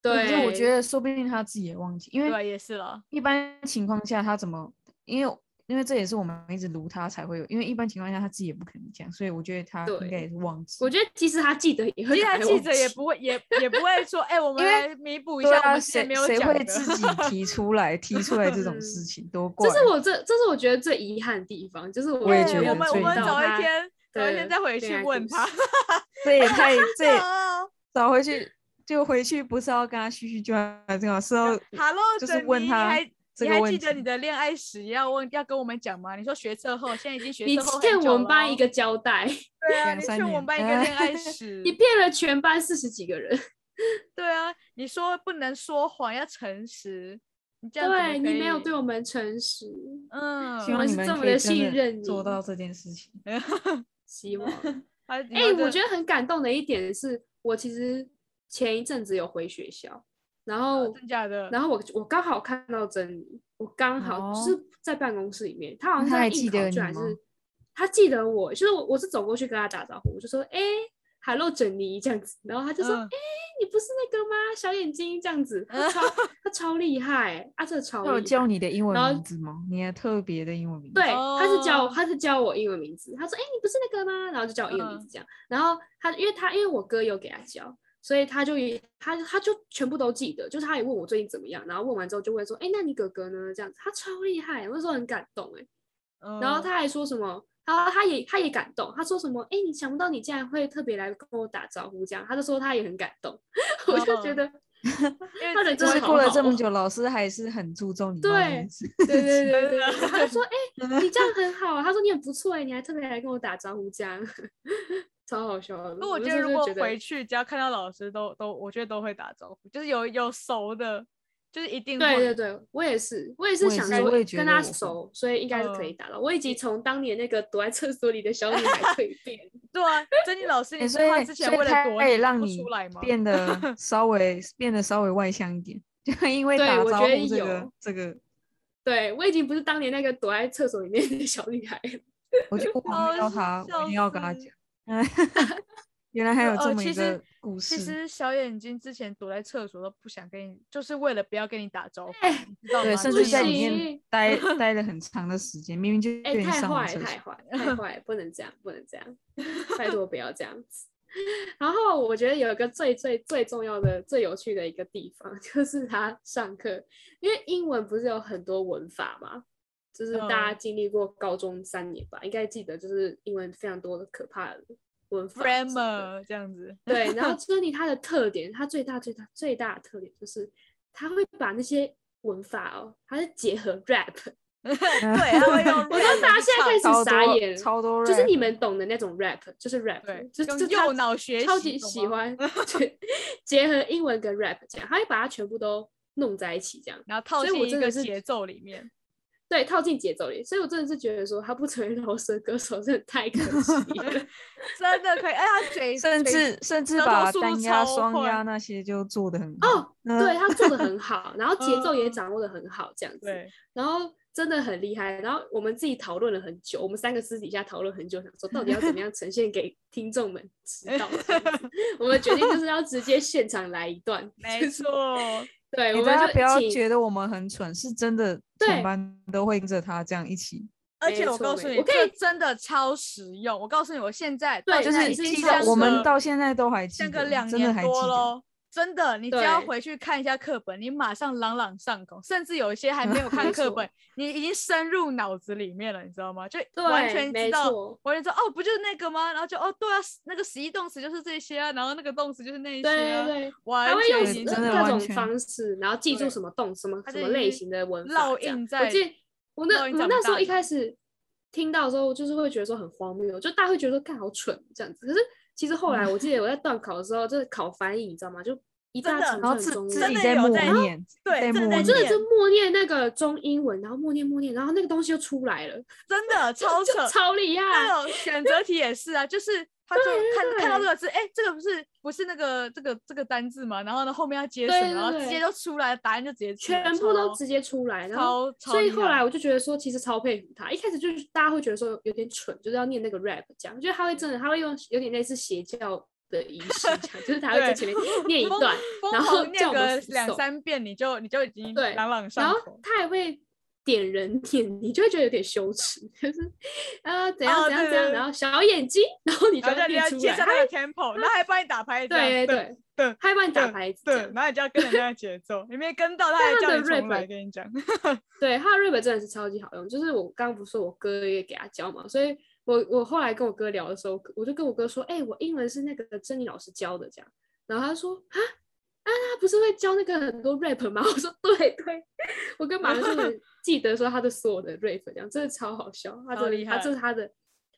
Speaker 3: 可
Speaker 1: 对，
Speaker 3: 是我觉得说不定他自己也忘记，因
Speaker 2: 对啊，
Speaker 3: 为
Speaker 2: 也是了。
Speaker 3: 一般情况下他怎么，因为因为这也是我们一直撸他才会有，因为一般情况下他自己也不可能讲，所以我觉得他应该
Speaker 1: 对
Speaker 3: 也是忘记。
Speaker 1: 我觉得即使他记得也会
Speaker 2: 其实他
Speaker 1: 打给
Speaker 2: 记
Speaker 1: 我
Speaker 2: 者也
Speaker 1: 记
Speaker 2: 不会，也也不会说，哎、我们
Speaker 3: 因为
Speaker 2: 来弥补一
Speaker 3: 对
Speaker 2: 下我
Speaker 3: 啊，
Speaker 2: 们之前
Speaker 3: 谁
Speaker 2: 没有
Speaker 3: 谁
Speaker 2: 讲
Speaker 3: 会
Speaker 2: 的。
Speaker 3: 自己提出来提出来这种事
Speaker 1: 嗯
Speaker 3: 情，多怪
Speaker 1: 这。是我这这是我觉得最遗憾的地方，就是我
Speaker 3: 我也
Speaker 2: 哎
Speaker 1: 没
Speaker 3: 觉
Speaker 1: 有
Speaker 2: 我
Speaker 3: 得
Speaker 2: 们我
Speaker 3: 最
Speaker 1: 注意
Speaker 2: 们
Speaker 1: 到
Speaker 2: 找一
Speaker 1: 他
Speaker 2: 天，找一天
Speaker 1: 的
Speaker 2: 再回
Speaker 1: 恋
Speaker 2: 去
Speaker 1: 爱
Speaker 2: 问
Speaker 1: 故
Speaker 2: 他。
Speaker 1: 事
Speaker 3: 这 也太这也
Speaker 1: 啊
Speaker 2: 哦
Speaker 3: 找回去就回去，不是要跟他叙叙旧啊，这种是要
Speaker 2: Hello，
Speaker 3: 就是
Speaker 2: 珍
Speaker 3: 问
Speaker 2: 妮你
Speaker 3: 他
Speaker 2: 还
Speaker 3: 这
Speaker 2: 你
Speaker 3: 个
Speaker 2: 还
Speaker 3: 问
Speaker 2: 记得
Speaker 3: 题
Speaker 2: 你的恋爱史要问要跟我们讲吗？你说学测后，现在已经学
Speaker 1: 你
Speaker 2: 测后很
Speaker 1: 欠
Speaker 2: 久
Speaker 1: 我们班
Speaker 2: 咯
Speaker 1: 一个交代，
Speaker 2: 对啊，
Speaker 3: 两
Speaker 2: 你
Speaker 3: 三
Speaker 2: 欠我
Speaker 3: 年
Speaker 2: 们班一个
Speaker 3: 哎
Speaker 2: 恋爱史。
Speaker 1: 你骗了全班四十几个人，
Speaker 2: 对啊，你说不能说谎，要诚实。你这样怎么
Speaker 1: 对你没有
Speaker 2: 可以
Speaker 1: 对我们诚实，
Speaker 2: 嗯，
Speaker 3: 希
Speaker 1: 我
Speaker 3: 望
Speaker 1: 们
Speaker 3: 你
Speaker 1: 是
Speaker 3: 们
Speaker 1: 这么
Speaker 3: 可以
Speaker 1: 的
Speaker 3: 真
Speaker 1: 信
Speaker 3: 的
Speaker 1: 任
Speaker 3: 做
Speaker 1: 你
Speaker 3: 到这件事情。
Speaker 1: 希 望。
Speaker 2: 哎
Speaker 1: 哎、我觉得很感动的一点是，我其实前一阵子有回学校，然后
Speaker 2: 真假的，
Speaker 1: 然后我我刚好看到珍妮，我刚好、
Speaker 3: 哦
Speaker 1: 就是在办公室里面，她好
Speaker 3: 那
Speaker 1: 像
Speaker 3: 她
Speaker 1: 在
Speaker 3: 还
Speaker 1: 应
Speaker 3: 记
Speaker 1: 考
Speaker 3: 得
Speaker 1: 卷
Speaker 3: 你
Speaker 1: 还
Speaker 3: 吗
Speaker 1: 是她记得我，就是我我是走过去跟她打招呼，我就说哎、hello 珍妮这样子，然后她就说哎、
Speaker 2: 嗯
Speaker 1: 你不是那个吗？小眼睛这样子，她 超她超厉害，啊，这个超
Speaker 3: 他有
Speaker 1: 厉害
Speaker 3: 叫。你的英文
Speaker 1: 然后
Speaker 3: 名字吗？你的特别的英文名字？
Speaker 1: 对，她是教
Speaker 2: 哦
Speaker 1: 她是教我英文名字，她说哎、你不是那个吗？然后就叫我英文名
Speaker 2: 嗯
Speaker 1: 字这样，然后她因为她因为我哥有给她教，所以他就也他他就全部都记得，就是他也问我最近怎么样，然后问完之后就会说，哎、那你哥哥呢？这样子，他超厉害，我那时候很感动哎、然后
Speaker 2: 嗯
Speaker 1: 他还说什么，他他也他也感动，他说什么，哎、你想不到你竟然会特别来跟我打招呼这样，他就说他也很感动， 我就觉
Speaker 2: 嗯
Speaker 1: 得，
Speaker 2: 因为
Speaker 1: 他人真
Speaker 2: 这
Speaker 3: 就
Speaker 1: 的
Speaker 3: 是
Speaker 1: 好
Speaker 3: 过了
Speaker 1: 好
Speaker 3: 这么
Speaker 1: 哦
Speaker 3: 久，老师还是很注重你这件
Speaker 1: 对
Speaker 3: 事
Speaker 1: 对对对对
Speaker 2: 真的
Speaker 1: 对，他就说，哎、你这样很好啊，他说你很不错哎、你还特别来跟我打招呼这样， 超好笑的。
Speaker 2: 不过我
Speaker 1: 那
Speaker 2: 觉
Speaker 1: 时
Speaker 2: 得
Speaker 1: 候
Speaker 2: 如
Speaker 1: 就
Speaker 2: 果
Speaker 1: 觉得
Speaker 2: 回去只要看到老师都都，我觉得都会打招呼，就是有有熟的，就是一定
Speaker 1: 对对
Speaker 2: 会
Speaker 1: 对，我也是，我也是
Speaker 3: 我也
Speaker 1: 想
Speaker 3: 是
Speaker 1: 说
Speaker 3: 我也觉
Speaker 1: 跟
Speaker 3: 得
Speaker 1: 他
Speaker 3: 我会
Speaker 1: 熟，所以应该是可以
Speaker 2: 嗯
Speaker 1: 打到。我已经从当年那个躲在厕所里的小女孩蜕 变，
Speaker 2: 对啊。珍妮老师，
Speaker 3: 欸
Speaker 2: 你
Speaker 3: 所
Speaker 2: 说他
Speaker 3: 以
Speaker 2: 之
Speaker 3: 所
Speaker 2: 前
Speaker 3: 以
Speaker 2: 为了
Speaker 3: 他
Speaker 2: 躲
Speaker 3: 也
Speaker 2: 你
Speaker 3: 让
Speaker 2: 不
Speaker 3: 你
Speaker 2: 出来吗？
Speaker 3: 变 得稍微变得稍微外向一点，就因为
Speaker 1: 对
Speaker 3: 打
Speaker 1: 我
Speaker 3: 招
Speaker 1: 觉得
Speaker 3: 呼这个
Speaker 1: 有
Speaker 3: 这个，
Speaker 1: 对我已经不是当年那个躲在厕所里面的小女孩了。
Speaker 3: 我就我遇哦
Speaker 2: 好
Speaker 3: 到他，我
Speaker 2: 笑
Speaker 3: 一定要跟他
Speaker 2: 死
Speaker 3: 讲。 原来还有
Speaker 2: 就
Speaker 3: 这
Speaker 2: 哦
Speaker 3: 么
Speaker 2: 其
Speaker 3: 一
Speaker 2: 实
Speaker 3: 个故事。
Speaker 2: 其实小眼睛之前躲在厕所都不想跟你，就是为了不要跟你打招呼，
Speaker 1: 哎
Speaker 2: 你知道吗？
Speaker 3: 对，甚
Speaker 1: 不
Speaker 2: 就
Speaker 3: 至
Speaker 2: 是
Speaker 3: 在
Speaker 1: 行
Speaker 3: 里面 待待了很长的时间，明明就
Speaker 1: 哎、
Speaker 3: 被你
Speaker 1: 太
Speaker 3: 上完
Speaker 1: 坏
Speaker 3: 厕所
Speaker 1: 太，坏 太坏，不能这样，不能这样，拜托不要这样子。然后我觉得有一个最最最重要的、最有趣的一个地方， 就是他上课，因为英文不是有很多文法嘛，就是大家
Speaker 3: 嗯
Speaker 1: 经历过高中三年吧，应该记得，就是英文非常多的可怕的文法什么的。
Speaker 2: grammar 这样子，
Speaker 1: 对， 然后珍妮她的特点，她最大最大最大的特点就是，她会把那些文法哦，她是结合 rap，
Speaker 2: 对，他会用 rap
Speaker 1: 我说大家现在开
Speaker 2: 去
Speaker 1: 始
Speaker 2: 唱
Speaker 3: 超
Speaker 1: 傻
Speaker 3: 多
Speaker 1: 眼
Speaker 3: 超多 rap，
Speaker 1: 就是你们懂的那种 rap，就是 rap，
Speaker 2: 对，
Speaker 1: 就
Speaker 2: 用
Speaker 1: 是
Speaker 2: 右脑学习，
Speaker 1: 超级
Speaker 2: 懂
Speaker 1: 喜
Speaker 2: 吗，
Speaker 1: 欢 结结合英文跟 rap 这样，她会把它全部都弄在一起这样，
Speaker 2: 然后套
Speaker 1: 所以我
Speaker 2: 进一
Speaker 1: 真
Speaker 2: 个
Speaker 1: 的是
Speaker 2: 节奏 里面。
Speaker 1: 对，套进节奏里。所以我真的是觉得说，她不成为饶舌歌手真的太可惜 了。
Speaker 2: 真的可以，哎，他 嘴
Speaker 3: 甚
Speaker 2: 嘴
Speaker 3: 至甚至
Speaker 2: 舌头
Speaker 3: 把
Speaker 2: 速度
Speaker 3: 单压、
Speaker 2: 超
Speaker 3: 双
Speaker 2: 快
Speaker 3: 压那些就做的很好
Speaker 1: 哦，
Speaker 3: 嗯
Speaker 1: 对，她做的很好，然后节奏也
Speaker 2: 嗯
Speaker 1: 掌握的很好，这样子。
Speaker 2: 对，
Speaker 1: 然后真的很厉害。然后我们自己讨论了很久，我们三个私底下讨论很久，想说到底要怎么样呈现给听众们知道这样 子。我们决定就是要直接现场来一段，
Speaker 2: 没 错，
Speaker 1: 对，
Speaker 3: 你
Speaker 1: 我
Speaker 3: 大
Speaker 1: 们
Speaker 3: 家
Speaker 1: 就
Speaker 3: 不要
Speaker 1: 请
Speaker 3: 觉得我们很蠢，是真的
Speaker 1: 对
Speaker 3: 全班都会跟着他这样一起，
Speaker 2: 而
Speaker 1: 没
Speaker 2: 且我
Speaker 1: 错
Speaker 2: 告诉
Speaker 1: 没
Speaker 2: 你，
Speaker 1: 我可
Speaker 2: 这
Speaker 1: 以
Speaker 2: 真的超实用。我告诉你，我现在
Speaker 1: 对
Speaker 2: 到
Speaker 3: 就
Speaker 2: 现在
Speaker 1: 那
Speaker 3: 是
Speaker 1: 已经
Speaker 3: 记
Speaker 1: 像
Speaker 3: 得我们
Speaker 2: 个
Speaker 3: 到现在都还记
Speaker 2: 像
Speaker 3: 得，
Speaker 2: 个两
Speaker 3: 真的
Speaker 2: 年
Speaker 3: 还记
Speaker 2: 多
Speaker 3: 得。
Speaker 2: 喽。真的，你只要
Speaker 1: 对
Speaker 2: 回去看一下课本，你马上朗朗上口，甚至有一些还没有看
Speaker 1: 没
Speaker 2: 课
Speaker 1: 错
Speaker 2: 本，你已经深入脑子里面了，你知道吗？就完
Speaker 1: 对
Speaker 2: 全知
Speaker 1: 没
Speaker 2: 道
Speaker 1: 错，
Speaker 2: 完全知道哦，不就是那个吗？然后就哦，对啊，那个实义动词就是这些啊，然后那个动词就是那一些
Speaker 1: 对
Speaker 2: 啊，
Speaker 1: 对。
Speaker 2: 完
Speaker 1: 他会
Speaker 2: 全
Speaker 1: 用
Speaker 3: 对
Speaker 2: 已经
Speaker 3: 真
Speaker 2: 知
Speaker 3: 的
Speaker 1: 各
Speaker 3: 完
Speaker 1: 种
Speaker 3: 全
Speaker 1: 方式，然后记住
Speaker 2: 对
Speaker 1: 什么动、什么
Speaker 2: 它
Speaker 1: 什
Speaker 2: 就
Speaker 1: 么
Speaker 2: 已
Speaker 1: 类
Speaker 2: 经
Speaker 1: 型的文法
Speaker 2: 烙
Speaker 1: 这样。
Speaker 2: 印
Speaker 1: 我
Speaker 2: 在
Speaker 1: 记得我那
Speaker 2: 烙印
Speaker 1: 我
Speaker 2: 在我们
Speaker 1: 那时候
Speaker 2: 大
Speaker 1: 一
Speaker 2: 脑
Speaker 1: 开始听到的时候，就是会觉得说很荒谬，就大家会觉得说干好蠢这样子。可是其实后来我记得我在段考的时候，就是考翻译，你知道吗？就一大
Speaker 2: 真的
Speaker 1: 群
Speaker 3: 然后
Speaker 1: 很
Speaker 3: 自
Speaker 1: 中
Speaker 3: 自
Speaker 2: 真
Speaker 1: 文
Speaker 3: 己
Speaker 2: 的
Speaker 3: 在
Speaker 2: 有
Speaker 3: 默
Speaker 2: 在然后
Speaker 3: 念，
Speaker 2: 对
Speaker 3: 在
Speaker 2: 真的
Speaker 3: 默
Speaker 2: 在
Speaker 1: 我真的
Speaker 2: 念
Speaker 1: 是默念那个中英文，然后默念默念，然后那个东西就出来了，
Speaker 2: 真的超
Speaker 1: 就
Speaker 2: 扯，
Speaker 1: 超厉害。
Speaker 2: 那种选择题也是啊，就是他就看看到这个字，哎、这个不是不是那个这个这个单字嘛？然后呢后面要接什
Speaker 1: 对
Speaker 2: 么，然后
Speaker 1: 对
Speaker 2: 直
Speaker 1: 对
Speaker 2: 接就出来，答案就直接出来
Speaker 1: 全部都
Speaker 2: 超
Speaker 1: 直接出来，然后
Speaker 2: 超超
Speaker 1: 所以
Speaker 2: 厉
Speaker 1: 后来
Speaker 2: 害
Speaker 1: 我就觉得说，其实超佩服他。一开始就是大家会觉得说有点蠢，就是要念那个 rap 这样，就是他会真的，他会用有点类似邪教的仪式这样，就是他会在
Speaker 2: 对
Speaker 1: 前面念一
Speaker 2: 疯
Speaker 1: 段，
Speaker 2: 疯
Speaker 1: 然后
Speaker 2: 狂
Speaker 1: 叫
Speaker 2: 念
Speaker 1: 我们
Speaker 2: 个
Speaker 1: 复
Speaker 2: 两
Speaker 1: 诵
Speaker 2: 三遍，你就你就已经
Speaker 1: 对
Speaker 2: 朗朗
Speaker 1: 然
Speaker 2: 上
Speaker 1: 后
Speaker 2: 口。
Speaker 1: 他还会点人点，你就会觉得有点羞耻， 就是呃怎样
Speaker 2: 哦
Speaker 1: 怎样
Speaker 2: 对
Speaker 1: 怎样，
Speaker 2: 对
Speaker 1: 然后小眼睛， 然后你就
Speaker 2: 然后
Speaker 1: 要
Speaker 2: 就
Speaker 1: 念
Speaker 2: 要
Speaker 1: 出
Speaker 2: 接
Speaker 1: 来，
Speaker 2: 下
Speaker 1: 他
Speaker 2: 那个 tempo，然后还帮你打拍子这
Speaker 1: 对对
Speaker 2: 样，对
Speaker 1: 对，他还帮你打
Speaker 2: 对
Speaker 1: 牌子这
Speaker 2: 对，
Speaker 1: 样，
Speaker 2: 然后你就要跟着那个节奏，你没跟到，他还
Speaker 1: 样
Speaker 2: 叫
Speaker 1: 的
Speaker 2: 你重
Speaker 1: rap
Speaker 2: 来，跟你讲。
Speaker 1: 对，他的 rap 真的是超级好用，就是我刚刚不是说我哥也给他教嘛，所以我我后来跟我哥聊的时候，我就跟我哥说，哎、我英文是那个珍妮老师教的这样，然后他说啊啊，他不是会教那个很多 rap 吗？我说对对，我跟马上就能记得说他的所有的 rap 这样，真的超好笑，他
Speaker 2: 超
Speaker 1: 真
Speaker 2: 厉
Speaker 1: 的他这
Speaker 2: 害
Speaker 1: 是他的。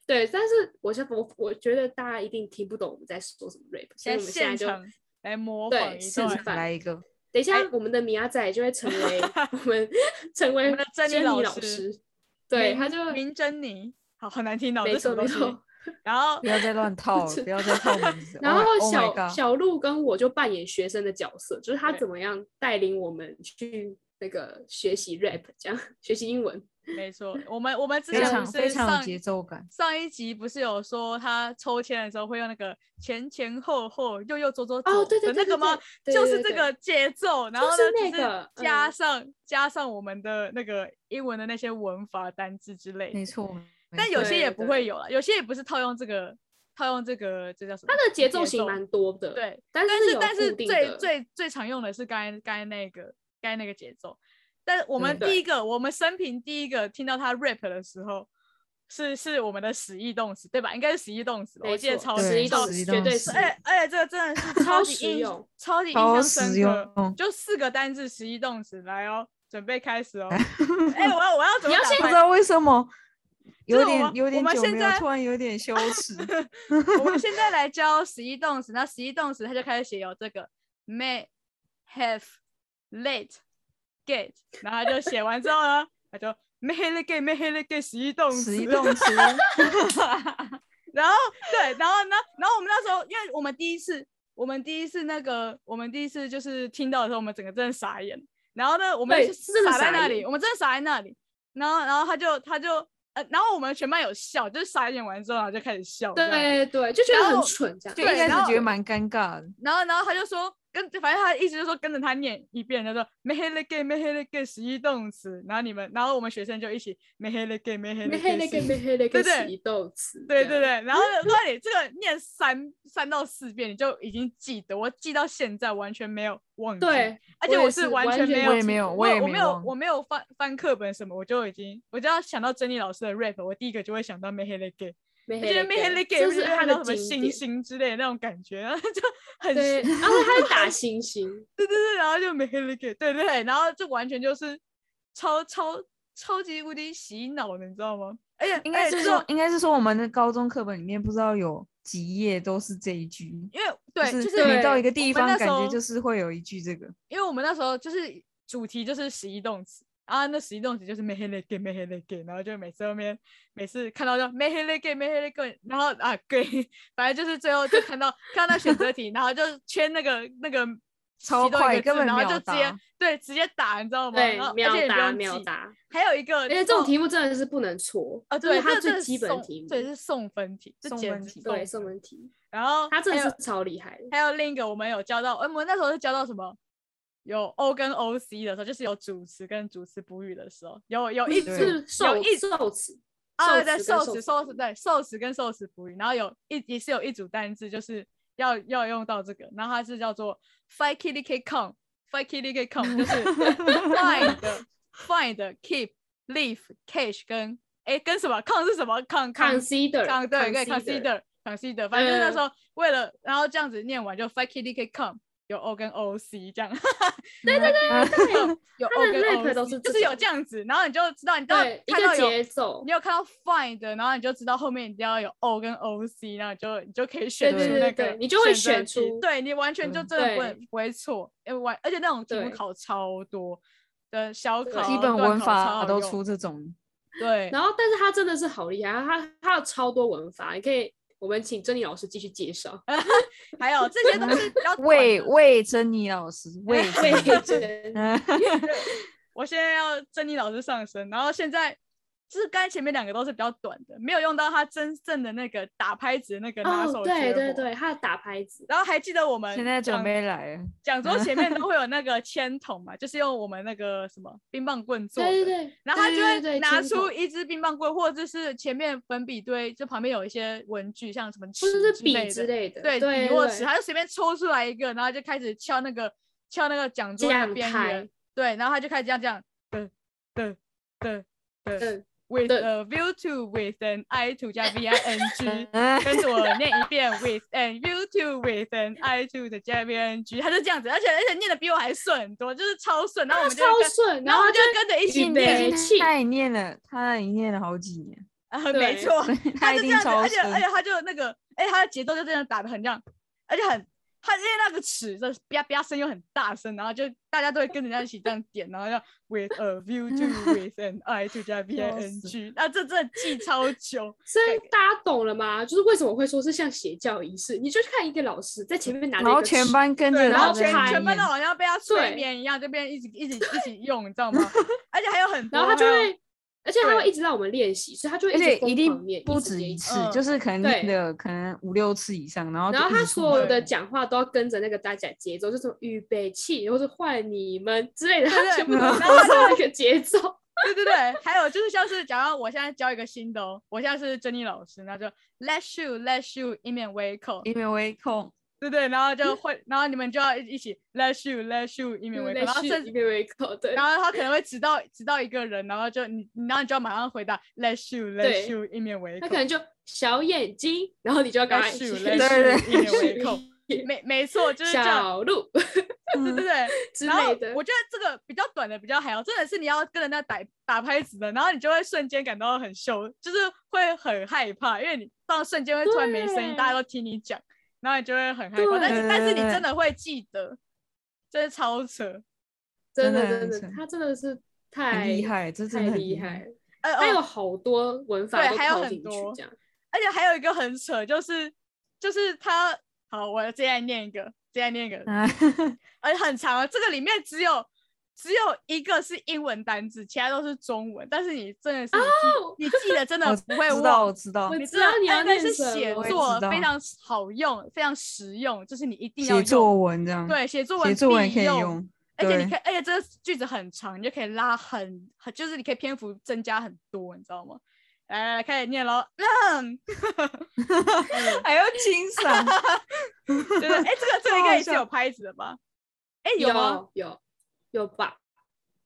Speaker 1: 对，但是我现我我觉得大家一定听不懂我们在说什么 rap，所以我
Speaker 2: 现在
Speaker 1: 们现在
Speaker 2: 现
Speaker 1: 就
Speaker 2: 场来模
Speaker 1: 对
Speaker 2: 仿一
Speaker 1: 示
Speaker 2: 段，
Speaker 1: 范
Speaker 3: 来一个，
Speaker 1: 等一下，我们的米亚仔就会成 为我们成
Speaker 2: 哎我
Speaker 1: 为
Speaker 2: 们的珍妮
Speaker 1: 妮
Speaker 2: 老
Speaker 1: 老
Speaker 2: 师
Speaker 1: 师，对，他
Speaker 2: 明
Speaker 1: 就
Speaker 2: 明珍妮，好好难听到，哦
Speaker 1: 没
Speaker 2: 这什
Speaker 1: 错
Speaker 2: 么
Speaker 1: 没
Speaker 2: 东西
Speaker 1: 错。
Speaker 2: 然后
Speaker 3: 不要再乱 套了，不要再套名字。
Speaker 1: 然
Speaker 2: 哦
Speaker 3: Oh my-
Speaker 1: 后
Speaker 3: oh my
Speaker 1: 小
Speaker 3: God
Speaker 1: 小鹿跟我就扮演学生的角色，就是他
Speaker 2: 对
Speaker 1: 怎么样带领我们去那个学习 rap，这样学习英文。
Speaker 2: 没错，我们我们之
Speaker 3: 非
Speaker 2: 前
Speaker 3: 常
Speaker 2: 不
Speaker 3: 非
Speaker 2: 是
Speaker 3: 常有
Speaker 2: 上
Speaker 3: 节奏感，
Speaker 2: 上一集不是有说他抽签的时候会用那个前前后后右右左左
Speaker 1: 哦，
Speaker 2: 左
Speaker 1: 对对
Speaker 2: 的
Speaker 1: 对，
Speaker 2: 那个吗？
Speaker 1: 对？对
Speaker 2: 就
Speaker 1: 对
Speaker 2: 是这
Speaker 1: 对
Speaker 2: 个节奏，然
Speaker 1: 就
Speaker 2: 后呢，
Speaker 1: 是
Speaker 2: 只
Speaker 1: 那个
Speaker 2: 加
Speaker 1: 嗯
Speaker 2: 上加上我们的那个英文的那些文法单字之类
Speaker 3: 没
Speaker 2: 的，
Speaker 3: 错。没
Speaker 2: 但
Speaker 3: 错
Speaker 2: 有些也
Speaker 1: 对
Speaker 2: 不
Speaker 1: 对
Speaker 2: 会有了，有些也不是套用这个套用这个这叫什么？
Speaker 1: 它的节奏型蛮多的，，
Speaker 2: 对，
Speaker 1: 但
Speaker 2: 但
Speaker 1: 是
Speaker 2: 是
Speaker 1: 有
Speaker 2: 但是
Speaker 1: 固定
Speaker 2: 最
Speaker 1: 的
Speaker 2: 最最常用的是刚才刚才那个刚才那个节奏，但是我们
Speaker 1: 嗯对
Speaker 2: 第一个我们生平第一个听到他 rap 的时候，是是我们的实义动词对吧？应该是实义动词吧，我
Speaker 1: 没
Speaker 2: 记得
Speaker 1: 错
Speaker 2: 超
Speaker 3: 对
Speaker 1: 十一
Speaker 3: 超
Speaker 1: 动
Speaker 2: 词，
Speaker 3: 实
Speaker 1: 词
Speaker 3: 一
Speaker 1: 绝
Speaker 3: 动
Speaker 1: 对
Speaker 3: 词
Speaker 1: 是。
Speaker 2: 而而且这个真的是
Speaker 1: 超
Speaker 2: 级
Speaker 1: 实
Speaker 2: 印
Speaker 1: 用
Speaker 2: 超级印
Speaker 3: 超
Speaker 2: 象
Speaker 3: 实
Speaker 2: 深刻
Speaker 3: 用，哦
Speaker 2: 就四个单字实义动词来哦，准备 开始哦，哎、我要我要怎么
Speaker 1: 你要
Speaker 2: 打
Speaker 1: 先
Speaker 3: 不
Speaker 2: 开
Speaker 3: 知道为什么 有
Speaker 2: 我
Speaker 3: 点
Speaker 2: 们
Speaker 3: 有
Speaker 2: 我
Speaker 3: 点
Speaker 2: 们
Speaker 3: 久
Speaker 2: 现
Speaker 3: 没有
Speaker 2: 在，
Speaker 3: 突然有点 羞耻。
Speaker 2: 我们现在来教十一动词，那十一动词它就开始写有这个 may have late get，然后它就写完之后呢，它就 may have late get may have late get 十一 动词，
Speaker 3: 十一动词，
Speaker 2: 然后对，然后呢，然后我们那时候，因为我们第一次，我们第一次那个，我们第一次就是听到的时候，我们整个真的傻眼。然后呢，我们
Speaker 1: 对
Speaker 2: 就是
Speaker 1: 真的
Speaker 2: 傻在
Speaker 1: 傻
Speaker 2: 那里，
Speaker 1: 眼
Speaker 2: 我们真的傻在那里。然后，然后他就他就，而呃，然后我们全班有笑，就是傻眼完之后，然后就开始笑。这样
Speaker 1: 对对，就觉
Speaker 2: 然
Speaker 1: 得很
Speaker 2: 后
Speaker 1: 蠢这样
Speaker 3: 就一
Speaker 2: 对
Speaker 3: 开
Speaker 2: 然
Speaker 3: 始
Speaker 2: 后
Speaker 3: 觉得蛮尴尬的。
Speaker 2: 然后然后他就说跟，反正他意思就是说跟着他念一遍，他说 m e h e l e g e m e h e l e g e 十一动词，然后你们，然后我们学生就一起 m e h e l e g e m e h e l
Speaker 1: 没
Speaker 2: e
Speaker 1: 黑
Speaker 2: g
Speaker 1: 那
Speaker 2: e
Speaker 1: 个没黑那
Speaker 2: 对
Speaker 1: 个
Speaker 2: 对
Speaker 1: 起动词，
Speaker 2: 对对
Speaker 1: 这样，
Speaker 2: 对，然后如果你这个念三三到四遍，你就已经记得，我记到现在完全没有忘记，
Speaker 1: 对，我
Speaker 2: 而且
Speaker 1: 也
Speaker 2: 是
Speaker 1: 是
Speaker 2: 完
Speaker 1: 完
Speaker 2: 全
Speaker 1: 全
Speaker 2: 没
Speaker 1: 没
Speaker 2: 有
Speaker 1: 有
Speaker 3: 我也没有，
Speaker 2: 我
Speaker 3: 也
Speaker 2: 我
Speaker 3: 没
Speaker 2: 没有
Speaker 3: 忘，
Speaker 2: 我没有翻翻课本什么，我就已经我只要想到珍妮老师的 rap，我第一个就会想到 m e h e l e g e
Speaker 1: 没
Speaker 2: 我觉得 m e h e l e g e
Speaker 1: 就是他
Speaker 2: 什
Speaker 1: 的
Speaker 2: 么
Speaker 1: 经
Speaker 2: 星
Speaker 1: 典。
Speaker 2: 星之类的那种感觉，然后就很
Speaker 1: 对，然后他会打星星，
Speaker 2: 对对对，然后就没了给，对对，然后这完全就是超超超级无敌洗脑的，你知道吗？而且
Speaker 3: 应该
Speaker 2: 而且
Speaker 3: 是
Speaker 2: 这
Speaker 3: 说
Speaker 2: 种，
Speaker 3: 应该是说我们的高中课本里面不知道有几页都是这一句，
Speaker 2: 因为对，
Speaker 3: 就
Speaker 2: 就是是
Speaker 3: 每到一
Speaker 1: 对
Speaker 3: 个地
Speaker 2: 们
Speaker 3: 方，
Speaker 2: 那
Speaker 3: 感
Speaker 2: 时
Speaker 3: 觉
Speaker 2: 候
Speaker 3: 就是会有一句这 个。
Speaker 2: 因为我们那时候就是主题就是十一动词。啊，那十一动词就是 m e h e l e g e m e h e l e g e 然后就每次后面每次看到就 m e h e l e g e m e h e l e g e 然后啊 g 反正就是最后就看到看到那选择题，然后就圈那个那个
Speaker 3: 超
Speaker 2: 其中一
Speaker 3: 快
Speaker 2: 个
Speaker 3: 根
Speaker 2: 字
Speaker 3: 本
Speaker 2: 然后
Speaker 3: 秒
Speaker 2: 就直接
Speaker 3: 答
Speaker 2: 对直接打，你知道吗？
Speaker 1: 对
Speaker 2: 然后，而
Speaker 1: 秒
Speaker 2: 且你不
Speaker 1: 答
Speaker 2: 用
Speaker 1: 秒
Speaker 2: 记
Speaker 1: 答。
Speaker 2: 还有一个，而
Speaker 1: 而且这种题目真的是不能错
Speaker 2: 啊，
Speaker 1: 这
Speaker 2: 对，
Speaker 1: 是它哦
Speaker 2: 这
Speaker 1: 最
Speaker 2: 这是
Speaker 1: 基本
Speaker 2: 送
Speaker 1: 题目，
Speaker 2: 对，是送分题，这
Speaker 3: 送
Speaker 2: 简
Speaker 3: 分
Speaker 2: 直
Speaker 3: 题
Speaker 1: 对，
Speaker 2: 送
Speaker 1: 送
Speaker 2: 分。
Speaker 1: 问题，
Speaker 2: 然后
Speaker 1: 他真
Speaker 2: 还
Speaker 1: 的
Speaker 2: 有
Speaker 1: 是超厉害的，
Speaker 2: 还有另一个，我们有教到，我们那时候是教到什么？有 O 跟 OC 的时候，就是有主词跟主词补语的时候，有有一
Speaker 3: 对
Speaker 2: 组
Speaker 1: 是受
Speaker 2: 有一
Speaker 1: 受词
Speaker 2: 啊，
Speaker 1: 受
Speaker 2: 对，
Speaker 1: 词跟
Speaker 2: 受
Speaker 1: 受
Speaker 2: 词
Speaker 1: 词
Speaker 2: 受
Speaker 1: 补
Speaker 2: 词
Speaker 1: 语
Speaker 2: 对受词跟受词补语，然后有一也是有一组单字，就是要要用到这个，然后它是叫做 fight kitty k com fight kitty k com，就是 find find keep leave catch 跟哎跟什么 com 是什么 com com
Speaker 1: consider
Speaker 2: 刚对对
Speaker 1: consider
Speaker 2: consider consider，反正就是那
Speaker 1: 嗯
Speaker 2: 时候为了，然后这样子念完就 fight kitty k come 有 o 跟 o c 这样，
Speaker 3: 对 对对，
Speaker 2: 有
Speaker 1: 它
Speaker 2: o
Speaker 1: 的 rap
Speaker 2: 跟 o
Speaker 1: 都
Speaker 2: c
Speaker 1: 是
Speaker 2: 就是
Speaker 1: 这
Speaker 2: 有
Speaker 1: 种
Speaker 2: 这样子，然后你就知道你到
Speaker 1: 对一
Speaker 2: 看到
Speaker 1: 个
Speaker 2: 有
Speaker 1: 节奏
Speaker 2: 你，有看到 find，然后你就知道后面一定要有 o 跟 o c，然后你就你就可以选出
Speaker 3: 对
Speaker 2: 那
Speaker 1: 对对
Speaker 2: 个，
Speaker 1: 你就会选
Speaker 2: 择题
Speaker 1: 出嗯
Speaker 2: 对你完全就
Speaker 3: 对
Speaker 2: 真的不会
Speaker 1: 对
Speaker 2: 不会错，哎完，而且那种题目
Speaker 1: 对
Speaker 2: 考超多的小
Speaker 1: 对
Speaker 2: 考
Speaker 3: 基本
Speaker 2: 段
Speaker 3: 文
Speaker 2: 考超
Speaker 3: 法
Speaker 2: 好
Speaker 3: 都
Speaker 2: 用
Speaker 3: 出这种，
Speaker 2: 对，
Speaker 1: 然后但是他真的是好厉害，他他有超多文法，你可以我们请珍妮老师继续介 绍，
Speaker 2: 还有这些都 是比较短
Speaker 3: 魏
Speaker 2: 的
Speaker 3: 魏珍妮老师， 魏
Speaker 1: 魏
Speaker 3: 珍妮 老师
Speaker 1: 珍
Speaker 3: 嗯
Speaker 2: 我现在要珍妮老师上身，然后现在就是刚才前面两个都是比较短的，没有用到他真正的那个打拍子的那个拿
Speaker 1: 哦
Speaker 2: 手绝活。
Speaker 1: 对对对，他的打拍子，
Speaker 2: 然后还记得我 们
Speaker 3: 现在准
Speaker 2: 讲
Speaker 3: 备来了，
Speaker 2: 讲桌前 面都会有那个铅筒嘛，就是用我们那个什么冰棒棍做的。
Speaker 1: 对对对，
Speaker 2: 然后他
Speaker 1: 对
Speaker 2: 就
Speaker 1: 对对
Speaker 2: 会
Speaker 1: 对
Speaker 2: 拿
Speaker 1: 千口
Speaker 2: 出一支冰棒棍，或者是前面粉笔堆，就旁边有一些文具，像什么
Speaker 1: 或
Speaker 2: 尺
Speaker 1: 者是
Speaker 2: 之
Speaker 1: 笔
Speaker 2: 类
Speaker 1: 之
Speaker 2: 的，
Speaker 1: 类的，
Speaker 2: 对，
Speaker 1: 对对
Speaker 2: 笔或尺，他就随便抽出来一个，然后就开始敲那个敲那个讲桌的
Speaker 1: 讲
Speaker 2: 边
Speaker 1: 台
Speaker 2: 缘，对，然后他就开始这样这样，的的的的
Speaker 1: 嗯，
Speaker 2: ，with
Speaker 1: 对
Speaker 2: a view to with an i to 加 v i n g，
Speaker 3: 嗯
Speaker 2: 跟着我念一遍 with an you to with an I to 的加 V N G，他就这样子，而且而且念的比我还顺很多，就是超顺。然后我们就
Speaker 1: 超
Speaker 2: 会跟，
Speaker 1: 顺，
Speaker 2: 然后
Speaker 1: 后
Speaker 2: 我
Speaker 1: 他
Speaker 2: 们就会跟着一起
Speaker 1: 预
Speaker 2: 念，
Speaker 1: 备气
Speaker 3: 他也念了，他也念了好几年，
Speaker 2: 啊，
Speaker 1: 对
Speaker 2: 没错，
Speaker 3: 他
Speaker 2: 他
Speaker 3: 一
Speaker 2: 就这
Speaker 3: 定
Speaker 2: 样子，
Speaker 3: 超
Speaker 2: 而且
Speaker 3: 深
Speaker 2: 而。且他就那个，哎，他的节奏就这样打的很这样，而且很。他因为那个尺的啪啪声又很大声，然后就大家都会跟人家一起这样点，然后要 with a view to with an I to 加 V I
Speaker 3: 笑
Speaker 2: N
Speaker 3: 死
Speaker 2: G，那这这记超久，
Speaker 1: 所以大家懂了吗？就是为什么会说是像邪教仪式？你就去看一个老师在前面拿着
Speaker 3: 然
Speaker 1: 一
Speaker 3: 后
Speaker 1: 个
Speaker 3: 全
Speaker 1: 尺
Speaker 3: 班跟
Speaker 2: 对，
Speaker 3: 着
Speaker 2: 然
Speaker 1: 然
Speaker 3: 他
Speaker 2: 后
Speaker 1: 后
Speaker 3: 在
Speaker 2: 全
Speaker 1: 就
Speaker 3: 那
Speaker 1: 喊
Speaker 2: 全班
Speaker 3: 念
Speaker 2: 都好像被他催
Speaker 1: 对
Speaker 2: 眠一样，就变一直一直一起用，你知道吗？而且还有很多，
Speaker 1: 然后他就
Speaker 2: 还有
Speaker 1: 会，而且他
Speaker 2: 对
Speaker 1: 会一直让我们练习，所以他就会
Speaker 3: 而且
Speaker 1: 直
Speaker 3: 一
Speaker 1: 疯
Speaker 3: 定
Speaker 1: 狂念，
Speaker 3: 不
Speaker 1: 直
Speaker 3: 止
Speaker 1: 念
Speaker 3: 一
Speaker 1: 直
Speaker 3: 次，
Speaker 2: 嗯
Speaker 3: 就是可能念
Speaker 1: 对
Speaker 3: 了可能五六次以上，然后
Speaker 1: 然后
Speaker 3: 就一
Speaker 1: 他
Speaker 3: 直重
Speaker 1: 所有
Speaker 3: 复
Speaker 1: 的
Speaker 2: 对
Speaker 1: 讲话都要跟着那个大家节奏，就什么预备起，或是换你们之类的，
Speaker 2: 对
Speaker 1: 他全部都
Speaker 2: 然
Speaker 1: 是
Speaker 2: 后他就
Speaker 1: 那个节奏。
Speaker 2: 对对对，还有就是像是，假如我现在教一个新的哦，我现在是珍妮老师，然后就 let you let you 一面微口，
Speaker 3: 因为微控，
Speaker 2: 对对，然后
Speaker 1: 嗯
Speaker 2: 就会，然后你们就要一一起 let you let you 一面微口，
Speaker 1: 类
Speaker 2: 然后
Speaker 1: 似
Speaker 2: 甚
Speaker 1: i r a c l 对
Speaker 2: 然后他可能会指到指到一个人，然后就你，然后你就要马上回答 let you let
Speaker 1: 对
Speaker 2: you 一面微
Speaker 1: 他
Speaker 2: 口
Speaker 1: 可能就小眼睛，然后你就要赶快
Speaker 2: let you
Speaker 1: 去
Speaker 2: let you 一面
Speaker 1: 去
Speaker 2: 微口，没没错，就是这样，
Speaker 1: 小鹿
Speaker 2: 对对
Speaker 3: 嗯
Speaker 2: 对。
Speaker 1: 之
Speaker 2: 然后
Speaker 1: 类的
Speaker 2: 我。觉得这个比较短的比较还好，真的是你要跟人家打打拍子的，然后你就会瞬间感到很羞，就是会很害怕，因为你到瞬间会突然没声音，
Speaker 1: 对
Speaker 2: 大家都听你讲，然后你就会很害怕。但是
Speaker 3: 对
Speaker 2: 但是你
Speaker 3: 对对
Speaker 2: 真的会记得，这是超扯。
Speaker 1: 真的
Speaker 3: 真的
Speaker 1: 真
Speaker 3: 很
Speaker 1: 的
Speaker 3: 扯，
Speaker 1: 他真的是
Speaker 3: 很
Speaker 1: 太
Speaker 3: 厉，害，这真
Speaker 1: 太
Speaker 3: 的很
Speaker 1: 厉害。了。
Speaker 2: 呃，
Speaker 1: 他
Speaker 2: 哦
Speaker 1: 有好多文法
Speaker 2: 对
Speaker 1: 都
Speaker 2: 还有
Speaker 1: 套
Speaker 2: 很
Speaker 1: 进去
Speaker 2: 多，
Speaker 1: 这样
Speaker 2: 而且还有一个很扯，就是就是他，
Speaker 1: 嗯
Speaker 2: 好，我接下来念一个，接下来念一个，
Speaker 3: 啊，
Speaker 2: 而且很长啊，这个里面只有只有一个是英文单字，其他都是中文。但是你真的是你记、你记得真的
Speaker 3: 我
Speaker 2: 不会
Speaker 3: 知道，
Speaker 2: 忘
Speaker 3: 我。知道
Speaker 1: 哦我，
Speaker 2: 你
Speaker 1: 知道你要
Speaker 2: 那
Speaker 1: 念
Speaker 2: 是
Speaker 1: 什
Speaker 2: 写
Speaker 1: 么
Speaker 3: 我也
Speaker 2: 作
Speaker 3: 知道
Speaker 2: 非常好用，非常实用，就是你一定要
Speaker 3: 写
Speaker 2: 用。
Speaker 3: 作文这样，，
Speaker 2: 对，写作文
Speaker 3: 写作文也
Speaker 2: 必
Speaker 3: 可以用，
Speaker 2: 而且
Speaker 3: 对
Speaker 2: 你可以，而且这个句子很长，你就可以拉很，很就是你可以篇幅增加很多，你知道吗？来来来，开始念喽。嗯，
Speaker 3: 还要欣赏，
Speaker 2: 就是哎、这个这个应
Speaker 3: 好
Speaker 2: 该也是
Speaker 3: 笑
Speaker 2: 有拍子的吧？哎、有吗？
Speaker 1: 有有有吧？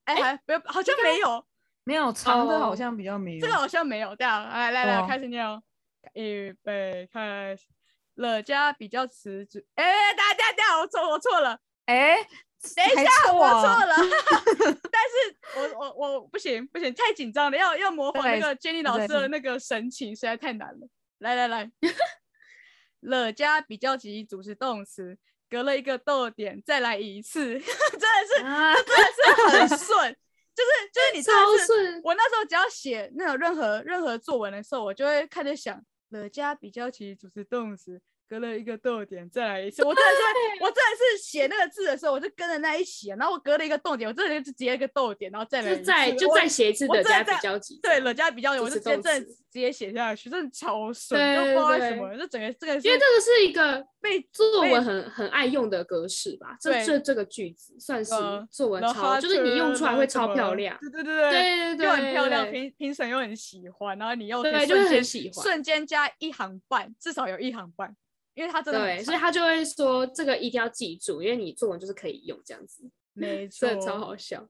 Speaker 2: 哎、还没有，好像没有，
Speaker 3: 没有长的好
Speaker 1: 哦
Speaker 3: 像比较没有
Speaker 2: 这个好像没有。这样，来来
Speaker 3: 对
Speaker 2: 来，
Speaker 3: 啊
Speaker 2: 开始念哦。预备开始。乐嘉比较词组，哎、大家等一下，我错，我错了，
Speaker 3: 哎，
Speaker 2: 等一
Speaker 3: 还
Speaker 2: 下，我
Speaker 3: 啊
Speaker 2: 错 了。但是我我我不行不行，太紧张了，要要模仿那
Speaker 3: 对
Speaker 2: 个 Jenny
Speaker 3: 再
Speaker 2: 老
Speaker 3: 来
Speaker 2: 师
Speaker 3: 一
Speaker 2: 的
Speaker 3: 次
Speaker 2: 那个神情，实在太难了。来来 来，乐嘉比较级主词动词，隔了一个逗点，再来一次，真的是
Speaker 1: 啊，
Speaker 2: 真的是很顺，就是就是你
Speaker 1: 超
Speaker 2: 真的是
Speaker 1: 顺，
Speaker 2: 我那时候只要写那种任何任何作文的时候，我就会开始想了加比较起主词动词，隔了一个逗点再来一次。我真的是会，我真的是写那个字的时候，我就跟着那一起，然后我隔了一个逗点，我真的就直接一个逗点，然后再来一
Speaker 1: 就
Speaker 2: 次。
Speaker 1: 再就
Speaker 2: 我
Speaker 1: 再写一次
Speaker 2: 我
Speaker 1: 的
Speaker 2: 真的
Speaker 1: 加比
Speaker 2: 在
Speaker 1: 较级，
Speaker 2: 对了加比较点，我就
Speaker 1: 主词
Speaker 2: 直接
Speaker 1: 动
Speaker 2: 真的
Speaker 1: 词
Speaker 2: 直接写下去，真的超顺，
Speaker 1: 对
Speaker 2: 就不知道为什
Speaker 1: 对
Speaker 2: 么，就整个这个是
Speaker 1: 因为这个是一个
Speaker 2: 被
Speaker 1: 作
Speaker 2: 被
Speaker 1: 文很很爱用的格式吧？这
Speaker 2: 对
Speaker 1: 这这个句子算是
Speaker 2: 呃
Speaker 1: 作文
Speaker 2: The
Speaker 1: 超，就是你用出来会
Speaker 2: Hunter
Speaker 1: 超漂亮。
Speaker 2: 对对对
Speaker 1: 对对对，
Speaker 2: 又很漂亮，
Speaker 1: 对
Speaker 2: 评评审又很喜欢，然后你又可以
Speaker 1: 对，就
Speaker 2: 瞬
Speaker 1: 会很
Speaker 2: 间
Speaker 1: 喜欢。
Speaker 2: 瞬间加一行半，至少有一行半，因为它真的
Speaker 1: 对，
Speaker 2: 很
Speaker 1: 所 以
Speaker 2: 长
Speaker 1: 他就会说这个一定要记住，因为你作文就是可以用这样子，
Speaker 2: 没错
Speaker 1: 真，的超好笑。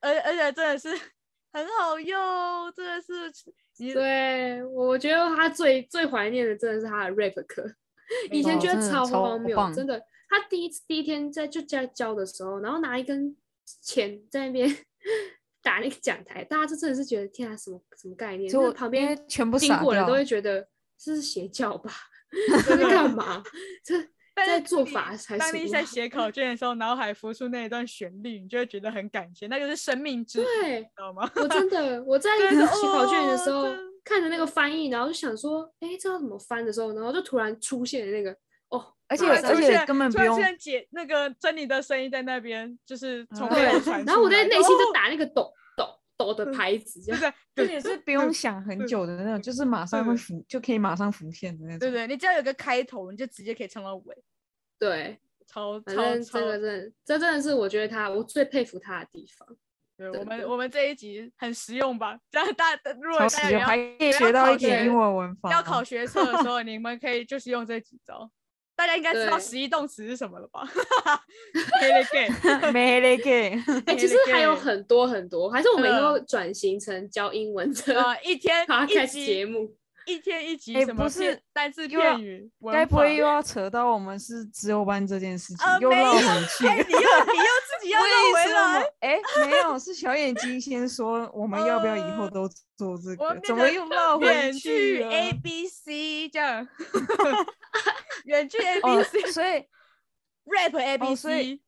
Speaker 2: 而而且真的是 很好用，真的是你
Speaker 1: 对，我觉得他最最怀念的真的是他的 rap 课， 以前
Speaker 3: 错
Speaker 1: 觉
Speaker 3: 真
Speaker 1: 得
Speaker 3: 的
Speaker 1: 超
Speaker 3: 超
Speaker 1: 荒谬，
Speaker 3: 棒
Speaker 1: 真的。他第一次第一天在就在教的时候，然后拿一根铅在那边 打那个讲台，大家就真的是觉得天啊，什么什么概念？
Speaker 3: 就
Speaker 1: 就旁边
Speaker 3: 全部
Speaker 1: 经
Speaker 3: 傻
Speaker 1: 过的人
Speaker 3: 掉
Speaker 1: 都，会觉得这是邪教 吧？这是干嘛？这
Speaker 2: 但是
Speaker 1: 在
Speaker 2: 当
Speaker 1: 做
Speaker 2: 你
Speaker 1: 法还
Speaker 2: 当
Speaker 1: 是
Speaker 2: 你
Speaker 1: 什
Speaker 2: 在
Speaker 1: 么？
Speaker 2: 写考卷的时候，脑海浮出那一段旋律，你就会觉得很感谢，那就是生命之一，你
Speaker 1: 对
Speaker 2: 知，道吗？
Speaker 1: 我真的我在
Speaker 2: 真的
Speaker 1: 写考卷的时
Speaker 2: 哦
Speaker 1: 候
Speaker 2: 真
Speaker 1: 看着那个翻译，然后就想说，哎，这要怎么翻的时候，然后就突然出现那个哦，
Speaker 3: 而且
Speaker 1: 马
Speaker 2: 突然
Speaker 1: 上
Speaker 3: 而
Speaker 2: 出
Speaker 3: 且
Speaker 2: 现
Speaker 3: 根本
Speaker 2: 突
Speaker 3: 不
Speaker 2: 然出
Speaker 3: 用
Speaker 2: 现姐那个珍妮的声音在那边，就是从
Speaker 3: 啊
Speaker 2: 背后
Speaker 1: 嗯对
Speaker 2: 传，
Speaker 1: 然后我
Speaker 2: 出来
Speaker 1: 在内心就
Speaker 2: 哦嗯
Speaker 1: 打那个抖抖抖的牌子，这 样
Speaker 2: 就是
Speaker 3: 而
Speaker 2: 对
Speaker 3: 且是不
Speaker 2: 嗯
Speaker 3: 用想很久的那种，就是马上会
Speaker 2: 对
Speaker 3: 浮，就可以马上浮现的那
Speaker 2: 嗯对
Speaker 3: 种。
Speaker 2: 对，你只要有个开头，你就直接可以唱到尾，
Speaker 1: 对，
Speaker 2: 超
Speaker 1: 反
Speaker 2: 超
Speaker 1: 正这
Speaker 2: 超。
Speaker 1: 个真的，这真的是我觉得他我最佩服他的地 方。
Speaker 2: 对，我
Speaker 1: 真
Speaker 2: 们
Speaker 1: 的
Speaker 2: 我们这一集很实用吧？这样大家如
Speaker 3: 超
Speaker 2: 果大
Speaker 3: 实
Speaker 2: 家有
Speaker 3: 用，还
Speaker 2: 要
Speaker 3: 可以
Speaker 2: 要
Speaker 3: 学到
Speaker 2: 考
Speaker 3: 一点
Speaker 2: 学
Speaker 3: 英文文法。哦
Speaker 2: 要考学测 的时候，你们可以就是用这几招。大家应该知道
Speaker 1: 对
Speaker 2: 十一动词是什么了吧？Hey again，
Speaker 3: 没嘞给，
Speaker 1: 哎，其实还有很多很多，还是我们以
Speaker 2: 真的
Speaker 1: 后转型成教英文 的
Speaker 2: 嗯呃，一天一
Speaker 1: podcast 节
Speaker 2: 集，
Speaker 1: 目。
Speaker 2: 一天一集
Speaker 3: 哎
Speaker 2: 什么
Speaker 3: 不
Speaker 2: 片
Speaker 3: 是
Speaker 2: 单字
Speaker 3: 又要
Speaker 2: 片语，
Speaker 3: 该
Speaker 2: 文
Speaker 3: 不
Speaker 2: 法
Speaker 3: 会又要扯到我们是自由班这件事情
Speaker 2: 呃，
Speaker 3: 又
Speaker 2: 没
Speaker 3: 绕
Speaker 2: 有
Speaker 3: 回去了？
Speaker 2: 哎，你又你又自己要绕
Speaker 3: 为
Speaker 2: 回
Speaker 3: 什
Speaker 2: 来
Speaker 3: 么？？哎，没有，是小眼睛先说我们要不要以后
Speaker 2: 呃
Speaker 3: 都做这
Speaker 2: 我
Speaker 3: 个
Speaker 2: 们，
Speaker 3: 怎
Speaker 2: 变
Speaker 3: 么
Speaker 2: 成
Speaker 3: 又绕回
Speaker 2: 远
Speaker 3: 去
Speaker 2: 距
Speaker 3: 了？
Speaker 2: A B C 这样， 远距 A
Speaker 3: 哦
Speaker 2: B C，
Speaker 3: 所以
Speaker 2: rap A B
Speaker 3: 哦所
Speaker 2: C，
Speaker 3: 以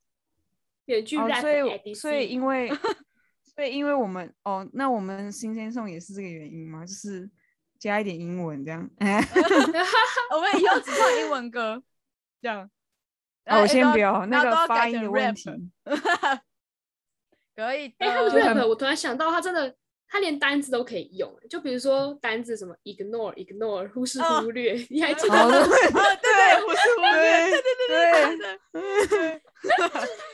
Speaker 1: 远距
Speaker 3: 哦
Speaker 1: rap
Speaker 3: 所以
Speaker 1: A
Speaker 3: 我
Speaker 1: B
Speaker 3: 所以
Speaker 1: C，
Speaker 3: 因为所以因为我们哦，那我们新鲜送也是这个原因吗？就是加一点英文这样。
Speaker 2: 我们以后只唱英文歌，这样。哎
Speaker 3: 哦，
Speaker 2: 然后
Speaker 3: 我
Speaker 2: 诶
Speaker 3: 先
Speaker 2: 都
Speaker 3: 不要
Speaker 2: 然
Speaker 3: 那
Speaker 2: 后都
Speaker 3: 个
Speaker 2: 要改
Speaker 3: 发音
Speaker 2: 成
Speaker 3: 的问
Speaker 2: rap
Speaker 3: 题。
Speaker 2: 可以的。
Speaker 1: 哎，他们
Speaker 3: 就很
Speaker 2: 哦
Speaker 1: rap 我突然想到，他真的他连单字都可以用，欸就比如说单字什么 ignore ignore 忽视
Speaker 2: 哦
Speaker 1: 忽略，你还记
Speaker 3: 哦，对
Speaker 1: 得
Speaker 2: 哦，对对，我是忽略，对
Speaker 3: 对
Speaker 2: 对对对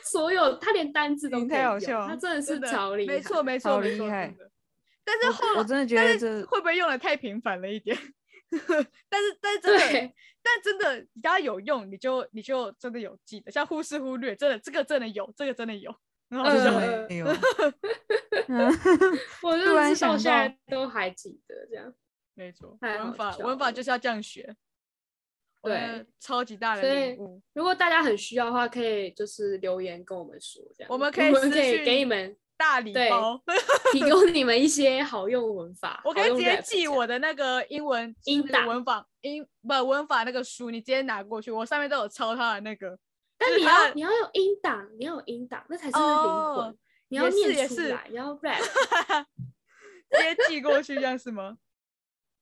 Speaker 1: 所有他连单字都
Speaker 2: 嗯
Speaker 3: 你
Speaker 1: 可以
Speaker 3: 太好
Speaker 1: 用，
Speaker 3: 笑了
Speaker 1: 他真的
Speaker 2: 对，
Speaker 1: 是
Speaker 2: 真的
Speaker 1: 超厉害，
Speaker 2: 没错没错
Speaker 3: 超
Speaker 2: 没
Speaker 3: 厉
Speaker 2: 错。
Speaker 3: 害
Speaker 2: 真的但是后
Speaker 3: 我
Speaker 2: 来，
Speaker 3: 真的觉
Speaker 2: 但
Speaker 3: 得
Speaker 2: 是
Speaker 3: 这
Speaker 2: 会不会用的太频繁了一点？ 但是但是真的
Speaker 1: 对，
Speaker 2: 但真的，你只要有用，你就你就真的有记得，像忽视忽略，真的这个真的有，这个真的有，很好
Speaker 1: 呃
Speaker 2: 笑。欸
Speaker 1: 呃
Speaker 3: 没有。嗯
Speaker 1: 我
Speaker 3: 突
Speaker 1: 真
Speaker 3: 然
Speaker 1: 的是到
Speaker 3: 想
Speaker 1: 现在
Speaker 3: 到
Speaker 1: 都还记得这样。
Speaker 2: 没错，
Speaker 1: 太
Speaker 2: 文
Speaker 1: 好
Speaker 2: 法
Speaker 1: 笑
Speaker 2: 文法
Speaker 1: 了
Speaker 2: 就是要这样学，我
Speaker 1: 对
Speaker 2: 觉得超级大的
Speaker 1: 所
Speaker 2: 领
Speaker 1: 以
Speaker 2: 悟。
Speaker 1: 如果大家很需要的话，可以就是留言跟我们说，这样
Speaker 2: 我们可以
Speaker 1: 以
Speaker 2: 私
Speaker 1: 可
Speaker 2: 讯
Speaker 1: 给你们
Speaker 2: 大礼
Speaker 1: 对
Speaker 2: 包，
Speaker 1: 提供你们一些好用文法，
Speaker 2: 我可
Speaker 1: 好
Speaker 2: 以
Speaker 1: 用
Speaker 2: 直接
Speaker 1: rap 这
Speaker 2: 寄
Speaker 1: 样
Speaker 2: 我的那个英文就是
Speaker 1: 英
Speaker 2: 那个
Speaker 1: 档
Speaker 2: 文法英不文法那个书，你直接拿过去，我上面都有抄他的那个。
Speaker 1: 但
Speaker 2: 就是
Speaker 1: 你
Speaker 2: 它
Speaker 1: 要你要有音档，你要有音档，那才是灵
Speaker 2: 哦
Speaker 1: 魂。你要
Speaker 2: 也是也
Speaker 1: 念出
Speaker 2: 是
Speaker 1: 来，你要 rap，
Speaker 2: 直接寄过去，这样是吗？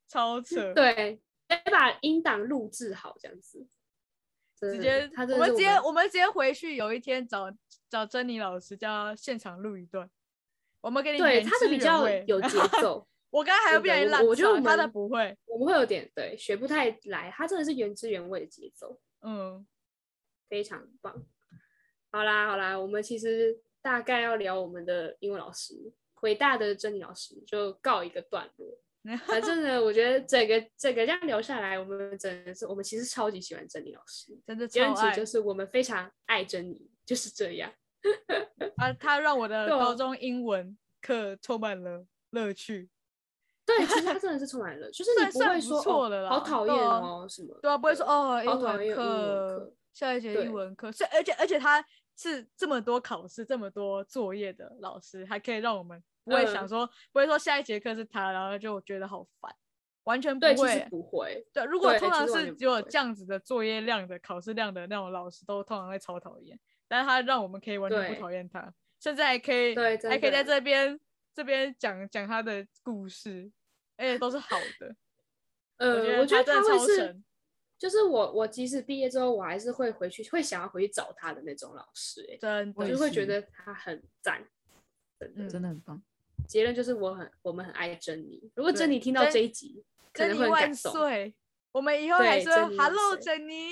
Speaker 2: 超扯！
Speaker 1: 对，得把音档录制好，这样子。直
Speaker 2: 直接
Speaker 1: 他
Speaker 2: 我
Speaker 1: 真的
Speaker 2: 们
Speaker 1: 是
Speaker 2: 直
Speaker 1: 我
Speaker 2: 接
Speaker 1: 们
Speaker 2: 我们直接回去，有一天找找珍妮老师，叫她现场录一段。我们给你
Speaker 1: 对
Speaker 2: 原
Speaker 1: 他的
Speaker 2: 汁
Speaker 1: 比
Speaker 2: 原
Speaker 1: 较
Speaker 2: 味
Speaker 1: 有节奏，
Speaker 2: 我刚刚还有
Speaker 1: 真
Speaker 2: 不
Speaker 1: 的
Speaker 2: 小心
Speaker 1: 我
Speaker 2: 拉
Speaker 1: 我觉得我
Speaker 2: 他的
Speaker 1: 们
Speaker 2: 不会，
Speaker 1: 我们会有点对学不太来，他真的是原汁原味的节奏，
Speaker 2: 嗯，
Speaker 1: 非常棒。好啦好啦，我们其实大概要聊我们的英文老师，回大的珍妮老师就告一个段 落。反正呢，我觉得整个整个这样聊下来，我们真的是我们其实超级喜欢珍妮老师，
Speaker 2: 真的
Speaker 1: 结
Speaker 2: 超
Speaker 1: 论其
Speaker 2: 爱
Speaker 1: 实就是我们非常爱珍妮，就是这样。
Speaker 2: 啊！他让我的
Speaker 1: 对啊
Speaker 2: 高中英文课充满了乐趣，
Speaker 1: 对，其实他真的是充满了，就是
Speaker 2: 算
Speaker 1: 你不
Speaker 2: 算
Speaker 1: 会
Speaker 2: 不
Speaker 1: 说
Speaker 2: 错
Speaker 1: 哦
Speaker 2: 了
Speaker 1: 好
Speaker 2: 啦
Speaker 1: 讨
Speaker 2: 对
Speaker 1: 厌
Speaker 2: 啊
Speaker 1: 哦什么的，
Speaker 2: 对啊，不会说哦英
Speaker 1: 好讨厌英文
Speaker 2: 课
Speaker 1: 课，
Speaker 2: 下一节
Speaker 1: 对
Speaker 2: 英文课，所以而且而且他是这么多考试、这么多作业的老师，还可以让我们不会想
Speaker 1: 嗯
Speaker 2: 说、不会说下一节课是他，然后就觉得好烦，完全不
Speaker 1: 对，其
Speaker 2: 会
Speaker 1: 实。不会，
Speaker 2: 对，如果
Speaker 1: 对
Speaker 2: 通常
Speaker 1: 其实完
Speaker 2: 是
Speaker 1: 全
Speaker 2: 只有
Speaker 1: 不会
Speaker 2: 这样子的作业量的、考试量的那种老师，都通常会超讨厌。但是他让我们可以完全不
Speaker 1: 对
Speaker 2: 讨厌他，甚至还可以
Speaker 1: 对
Speaker 2: 还
Speaker 1: 真
Speaker 2: 可以
Speaker 1: 的
Speaker 2: 在这边这边讲讲他的故事，而且都是好的。
Speaker 1: 呃，
Speaker 2: 我
Speaker 1: 我
Speaker 2: 觉
Speaker 1: 觉得
Speaker 2: 得他真的
Speaker 1: 他会
Speaker 2: 超
Speaker 1: 是
Speaker 2: 神，
Speaker 1: 就是我我即使毕业之后，我还是会回去，会想要回去找他的那种老师、欸，
Speaker 2: 真
Speaker 3: 我
Speaker 1: 我
Speaker 3: 也
Speaker 1: 就是
Speaker 2: 的，
Speaker 1: 会
Speaker 3: 是
Speaker 1: 觉得他很赞。真的，
Speaker 2: 嗯
Speaker 3: 真的很棒。
Speaker 1: 结论就是我很我们很爱珍妮。如果
Speaker 2: 对
Speaker 1: 珍妮听到
Speaker 2: 珍
Speaker 1: 这一集，可
Speaker 2: 珍
Speaker 1: 能
Speaker 2: 妮
Speaker 1: 会很
Speaker 2: 万
Speaker 1: 感动。
Speaker 2: 岁！我们以后还
Speaker 1: 对
Speaker 2: 是
Speaker 1: 珍
Speaker 2: 会
Speaker 1: 妮万
Speaker 2: Hello
Speaker 1: 岁
Speaker 2: 珍妮，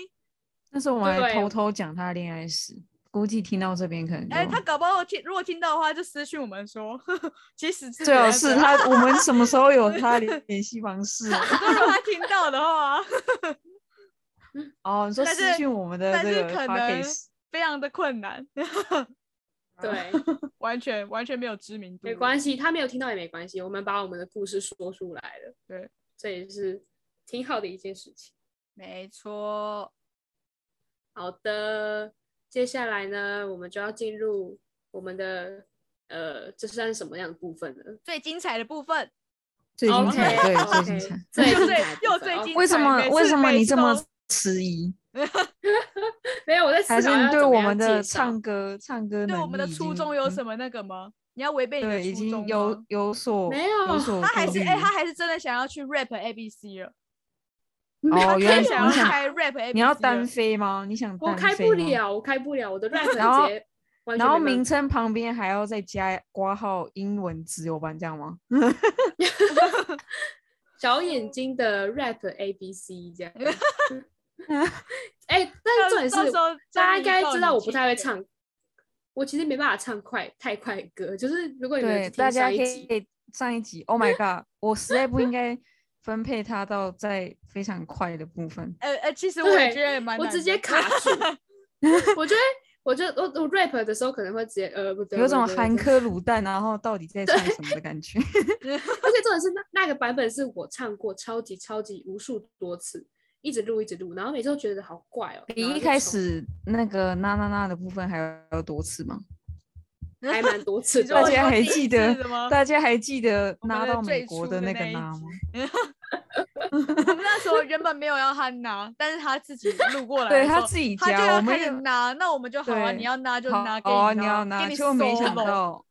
Speaker 3: 但是我们还
Speaker 1: 对
Speaker 3: 偷偷讲他的恋爱史，估计听到这边可能就
Speaker 1: 嗯
Speaker 2: 哎、他搞不好听，如果听到的话就私信我们说， 其实
Speaker 1: 哦
Speaker 3: 最好
Speaker 2: 怎样
Speaker 3: 是
Speaker 2: 怎
Speaker 1: 啊
Speaker 2: 样
Speaker 3: 他，我们什么时候 有他的联系方式？啊
Speaker 2: 如果他听到的话，
Speaker 3: 哦，你说
Speaker 2: 但
Speaker 3: 私
Speaker 2: 是
Speaker 3: 讯我们的
Speaker 2: 但
Speaker 3: 这
Speaker 2: 是
Speaker 3: 个 p a
Speaker 2: 可能
Speaker 3: c a s
Speaker 2: 非常的困难。
Speaker 1: 对，
Speaker 2: 啊完全完全没有知名度，
Speaker 1: 没关系，他没有听到也没关系，我们把我们的故事说出来了，
Speaker 2: 对，
Speaker 1: 这也是挺好的一件事情。
Speaker 2: 没错，
Speaker 1: 好的，接下来呢，我们就要进入我们的呃，这算是什么样的部分呢？
Speaker 2: 最精彩的部分，
Speaker 3: 最精
Speaker 1: OK，
Speaker 3: 彩，对，最
Speaker 1: OK，
Speaker 3: 精彩。
Speaker 1: 最
Speaker 2: 又
Speaker 1: 精
Speaker 2: 最
Speaker 1: 彩的
Speaker 2: 又
Speaker 1: 部分
Speaker 2: 最
Speaker 1: 哦
Speaker 2: 精彩
Speaker 3: 为什么
Speaker 2: 每
Speaker 3: 为
Speaker 2: 次
Speaker 3: 什么
Speaker 2: 被
Speaker 3: 你这么
Speaker 2: 搜
Speaker 3: 迟疑？
Speaker 1: 没有我在思
Speaker 3: 还
Speaker 1: 考
Speaker 3: 是
Speaker 1: 要
Speaker 3: 你对
Speaker 1: 怎么
Speaker 3: 我
Speaker 1: 样
Speaker 3: 们的
Speaker 1: 介绍
Speaker 3: 唱歌唱歌
Speaker 2: 对
Speaker 3: 能
Speaker 2: 我们的
Speaker 3: 力已
Speaker 2: 初
Speaker 3: 经
Speaker 2: 衷有什
Speaker 3: 嗯
Speaker 2: 么那个吗？你要违背你的
Speaker 3: 对，已
Speaker 2: 初衷
Speaker 3: 经
Speaker 2: 吗
Speaker 3: 有有所
Speaker 1: 没有
Speaker 3: 所
Speaker 2: 他还是
Speaker 3: 顾
Speaker 2: 哎、
Speaker 3: 虑
Speaker 2: 他还是真的想要去 rap A B C 了，
Speaker 3: 哦，原来
Speaker 2: 他
Speaker 3: 你
Speaker 2: 想要
Speaker 3: 想
Speaker 2: 开 rap A B C，
Speaker 3: 你要单飞吗？你想
Speaker 1: 我
Speaker 3: 单
Speaker 1: 开
Speaker 3: 飞
Speaker 1: 不
Speaker 3: 吗，
Speaker 1: 了，我开不了，我的 rap
Speaker 3: 然后
Speaker 1: 直接完全
Speaker 3: 然后
Speaker 1: 没办
Speaker 3: 名
Speaker 1: 法
Speaker 3: 称旁边还要再加挂号英文自由班，这样吗？
Speaker 1: 小眼睛的 rap A B C 这样。哎、但是重
Speaker 2: 到
Speaker 1: 点
Speaker 2: 时
Speaker 1: 是，
Speaker 2: 候
Speaker 1: 大家应
Speaker 2: 珍妮告
Speaker 1: 该知道
Speaker 2: 你
Speaker 1: 我不
Speaker 2: 侵
Speaker 1: 太会
Speaker 2: 权，
Speaker 1: 唱，我其实没办法唱快太快的歌，就是如果你们有
Speaker 3: 对，
Speaker 1: 听
Speaker 3: 大家
Speaker 1: 上
Speaker 3: 可
Speaker 1: 一集，
Speaker 3: 以上一集。Oh my god！我实在不应该分配它到在非常快的部 分。
Speaker 2: 呃呃，其实我也
Speaker 1: 对
Speaker 2: 觉得也蛮
Speaker 1: 我
Speaker 2: 难
Speaker 1: 直
Speaker 2: 的
Speaker 1: 接卡 住，我觉得。我就我我 rap 的时候可能会直接呃，不对
Speaker 3: 有
Speaker 1: 不
Speaker 3: 种
Speaker 1: 对
Speaker 3: 含
Speaker 1: 不对
Speaker 3: 颗卤蛋，然后到底在唱什么的感觉。
Speaker 1: 而且重点是那那个版本是我唱过超级超级无数多次，一直录一直录，然后每次都觉得好怪 哦。
Speaker 3: 比
Speaker 1: 然后
Speaker 3: 一
Speaker 1: 就
Speaker 3: 开
Speaker 1: 重
Speaker 3: 始那个那那那的部分还要多次吗？
Speaker 1: 还蛮多 次
Speaker 2: 你
Speaker 1: 的，
Speaker 2: 说
Speaker 3: 大
Speaker 2: 我
Speaker 3: 家
Speaker 2: 说
Speaker 3: 还
Speaker 2: 第一
Speaker 3: 记
Speaker 2: 次
Speaker 3: 得
Speaker 2: 的吗
Speaker 3: 大家还记得
Speaker 2: 啊我们
Speaker 3: 拉
Speaker 2: 的
Speaker 3: 到美
Speaker 2: 最
Speaker 3: 国
Speaker 2: 初
Speaker 3: 的
Speaker 2: 的
Speaker 3: 那
Speaker 2: 那
Speaker 3: 个
Speaker 2: 一
Speaker 3: 拉吗
Speaker 2: 集？我们那时候原本没有要他拿，但是他自己路过来的
Speaker 3: 对
Speaker 2: 时候，
Speaker 3: 他自己
Speaker 2: 他就
Speaker 3: 加，
Speaker 2: 要
Speaker 3: 我们
Speaker 2: 开
Speaker 3: 也
Speaker 2: 始拿，那我们就好啊，
Speaker 3: 对
Speaker 2: 你要拿就
Speaker 3: 好
Speaker 2: 拿，给
Speaker 3: 好啊，
Speaker 2: 你
Speaker 3: 要
Speaker 2: 拿，
Speaker 3: 拿，
Speaker 2: 给你
Speaker 3: 结果没想
Speaker 2: solo
Speaker 3: 到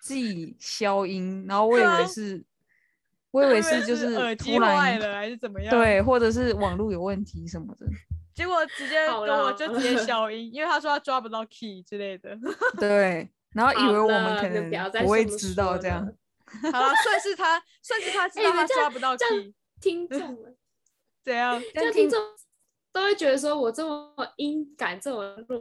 Speaker 3: 自己消音，然后我以
Speaker 2: 啊
Speaker 3: 为是，我以为是就
Speaker 2: 耳机
Speaker 3: 突
Speaker 2: 坏
Speaker 3: 然
Speaker 2: 了还是怎么样？，
Speaker 3: 对，或者是网络有问题什么的，
Speaker 2: 结果直接
Speaker 1: 好
Speaker 2: 跟我
Speaker 1: 啦
Speaker 2: 就直接消 音，因为他说他抓不到 key 之类的。
Speaker 3: 对，然后以
Speaker 1: 好
Speaker 3: 为我
Speaker 1: 了
Speaker 3: 们可
Speaker 1: 你不要
Speaker 3: 能
Speaker 1: 再
Speaker 3: 不会
Speaker 1: 这么
Speaker 3: 知
Speaker 1: 说
Speaker 3: 道这样
Speaker 1: 了，
Speaker 2: 好了，算是他，算是他知
Speaker 1: 哎
Speaker 2: 道
Speaker 1: 你
Speaker 2: 他
Speaker 1: 这样
Speaker 2: 抓不到
Speaker 1: 这样
Speaker 2: key，
Speaker 1: 听众 们，
Speaker 2: 怎样？
Speaker 1: 这样听众都会觉得说我这么音感这么弱，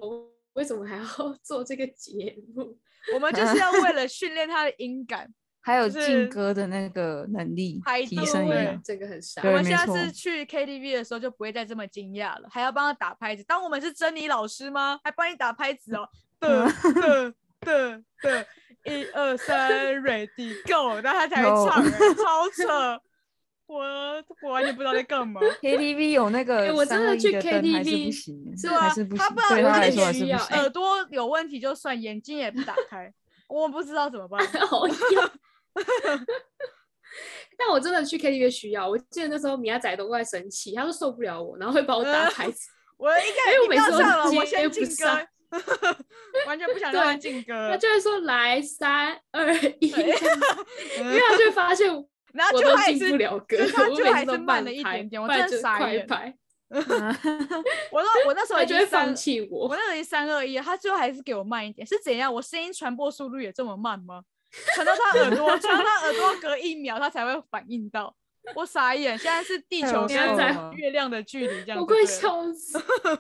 Speaker 1: 为什么还要 做这个节目？
Speaker 2: 我们就是要为了训练他的音感，
Speaker 3: 还有
Speaker 2: 就
Speaker 3: 进
Speaker 2: 是
Speaker 3: 歌的那个能力
Speaker 2: 拍
Speaker 3: 提
Speaker 2: 照
Speaker 3: 升一
Speaker 2: 对
Speaker 3: 下，
Speaker 1: 这个很傻
Speaker 2: 我
Speaker 3: 对。
Speaker 2: 们
Speaker 3: 没
Speaker 2: 下
Speaker 3: 错
Speaker 2: 次去 KTV 的时候就不会再这么惊讶了，还要帮他打拍子。当我们是珍妮老师吗？还帮你打拍子 哦，的的的的，一二三，ready go，那他才会
Speaker 3: 有
Speaker 2: 唱、欸，超扯！我我完全不知道在干 嘛。
Speaker 3: KTV 有那个
Speaker 1: 哎我真的
Speaker 3: 321
Speaker 1: 去
Speaker 3: 的灯还是
Speaker 1: KTV
Speaker 3: 不行，
Speaker 1: 是
Speaker 3: 还
Speaker 2: 啊
Speaker 3: 是不行
Speaker 2: 他，不知道
Speaker 3: 对
Speaker 2: 有
Speaker 3: 他
Speaker 2: 那
Speaker 3: 来
Speaker 2: 个
Speaker 3: 说还是
Speaker 1: 需
Speaker 3: 不
Speaker 1: 要
Speaker 3: 行。
Speaker 2: 耳朵有问题就算，眼睛也不打开，我不知道怎么办。
Speaker 1: 好 要。 但我真的去 KTV 需要，我记得那时候米亚仔都怪生气，他都受不了我，然后会把我
Speaker 3: 嗯
Speaker 1: 打牌子。
Speaker 2: 我应该
Speaker 1: 因为我
Speaker 2: 你不
Speaker 1: 每
Speaker 2: 要
Speaker 1: 次都
Speaker 2: 唱了，我
Speaker 1: 接
Speaker 2: 先
Speaker 1: 不
Speaker 2: 进
Speaker 1: 上
Speaker 2: 歌， 完全不想让他
Speaker 1: 对
Speaker 2: 进
Speaker 3: 嗯
Speaker 1: 他
Speaker 2: 歌，
Speaker 1: 就会说来三二一， 这样子因为
Speaker 2: 嗯
Speaker 1: 他就发现
Speaker 2: 然后
Speaker 1: 我
Speaker 2: 就
Speaker 1: 都
Speaker 2: 还
Speaker 1: 进
Speaker 2: 是
Speaker 1: 不了歌，
Speaker 2: 就他
Speaker 1: 我
Speaker 2: 就
Speaker 1: 每
Speaker 2: 还
Speaker 1: 次都
Speaker 2: 是慢了
Speaker 1: 半
Speaker 2: 一
Speaker 1: 拍
Speaker 2: 点点我
Speaker 1: 不然
Speaker 2: 真的
Speaker 1: 就
Speaker 2: 傻
Speaker 1: 快
Speaker 2: 眼
Speaker 1: 拍。嗯
Speaker 2: 我都我那时候
Speaker 1: 他
Speaker 2: 已
Speaker 1: 就
Speaker 2: 经
Speaker 1: 会
Speaker 2: 三
Speaker 1: 放，弃
Speaker 2: 我
Speaker 1: 我。
Speaker 2: 那时候已经三二一了，他最后还是给我慢一点，是怎样？我声音传播速率也这么慢吗？ 传到他耳朵，传到他耳朵隔一秒他才会反应到，我傻眼。现在是地
Speaker 3: 太
Speaker 2: 球
Speaker 3: 好
Speaker 2: 跟
Speaker 1: 笑
Speaker 3: 了
Speaker 2: 月亮的距离这样，
Speaker 1: 我快， 笑死！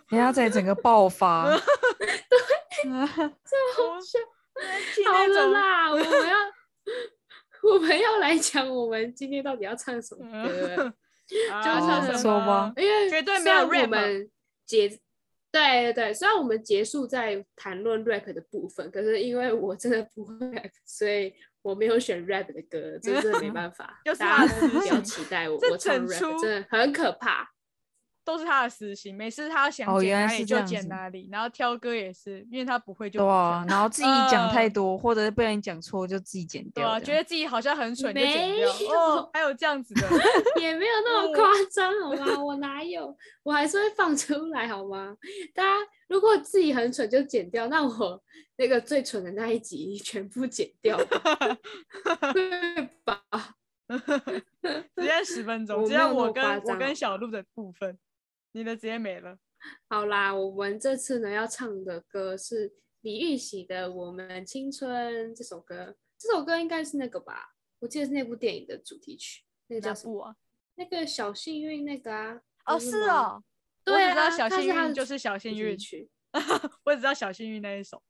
Speaker 3: 你要在整个爆发，
Speaker 2: 我
Speaker 1: 笑
Speaker 2: 听
Speaker 1: 好
Speaker 2: 那
Speaker 1: 了
Speaker 2: 种
Speaker 1: 啦，我们 要我们要来讲我们今天到底要唱什么 歌，
Speaker 2: 啊
Speaker 1: 就是
Speaker 3: 说吧
Speaker 1: 因为
Speaker 2: 绝对
Speaker 1: 虽
Speaker 2: 没有
Speaker 1: 然
Speaker 2: rap。
Speaker 1: 我们结对对对，虽然我们结束在谈论 rap 的部分，可是因为我真的不会 rap，所以我没有选 rap 的歌，这真的没办法
Speaker 2: 就是
Speaker 1: 大家
Speaker 2: 他的
Speaker 1: 不
Speaker 2: 事
Speaker 1: 要
Speaker 2: 情
Speaker 1: 期待我，
Speaker 2: 这
Speaker 1: 我唱
Speaker 2: 整
Speaker 1: rap
Speaker 2: 出
Speaker 1: 真的很可怕。
Speaker 2: 都是他的私心，每次他想
Speaker 3: 哦
Speaker 2: 剪
Speaker 3: 原来
Speaker 2: 哪里
Speaker 3: 是
Speaker 2: 就
Speaker 3: 这样
Speaker 2: 剪
Speaker 3: 子
Speaker 2: 哪里，然后挑歌也是，因为他不会就
Speaker 3: 对
Speaker 2: 不
Speaker 3: 啊，
Speaker 2: 挑
Speaker 3: 然后自己讲太
Speaker 1: 嗯
Speaker 2: 呃
Speaker 3: 多，或者是被人讲错就自己剪
Speaker 2: 对
Speaker 3: 掉这
Speaker 2: 啊，
Speaker 3: 样，
Speaker 2: 觉得自己好像很蠢就剪
Speaker 1: 没
Speaker 2: 掉哦，还有这样子 的，
Speaker 1: 也没有那
Speaker 2: 嗯
Speaker 1: 么夸张，好吗？我哪有？我还是会放出来，好吗？大家如果自己很蠢就剪掉，那我那个最蠢的那一集全部剪掉吧， 对吧？
Speaker 2: 只剩十分 钟，
Speaker 1: 我
Speaker 2: 只
Speaker 1: 没
Speaker 2: 剩
Speaker 1: 有那
Speaker 2: 我
Speaker 1: 么夸
Speaker 2: 跟我
Speaker 1: 张
Speaker 2: 跟
Speaker 1: 哦
Speaker 2: 小鹿的部分，你的直接没了。
Speaker 1: 好啦，我们这次呢要唱的歌是李玉玺的《我们青春》这首歌，这首歌应该是那个吧？我记得是那部电影的主题曲，那个
Speaker 2: 哪
Speaker 1: 叫什么？
Speaker 2: 部啊？
Speaker 1: 那个小幸运那个啊？
Speaker 2: 哦，
Speaker 1: 不
Speaker 2: 是
Speaker 1: 吗，
Speaker 2: 哦，我
Speaker 1: 对
Speaker 2: 只知道
Speaker 1: 啊，
Speaker 2: 小
Speaker 1: 它
Speaker 2: 幸
Speaker 1: 它
Speaker 2: 运
Speaker 1: 的
Speaker 2: 就
Speaker 1: 主
Speaker 2: 是小幸
Speaker 1: 题
Speaker 2: 运，
Speaker 1: 曲。
Speaker 2: 我只知道小幸运那一首。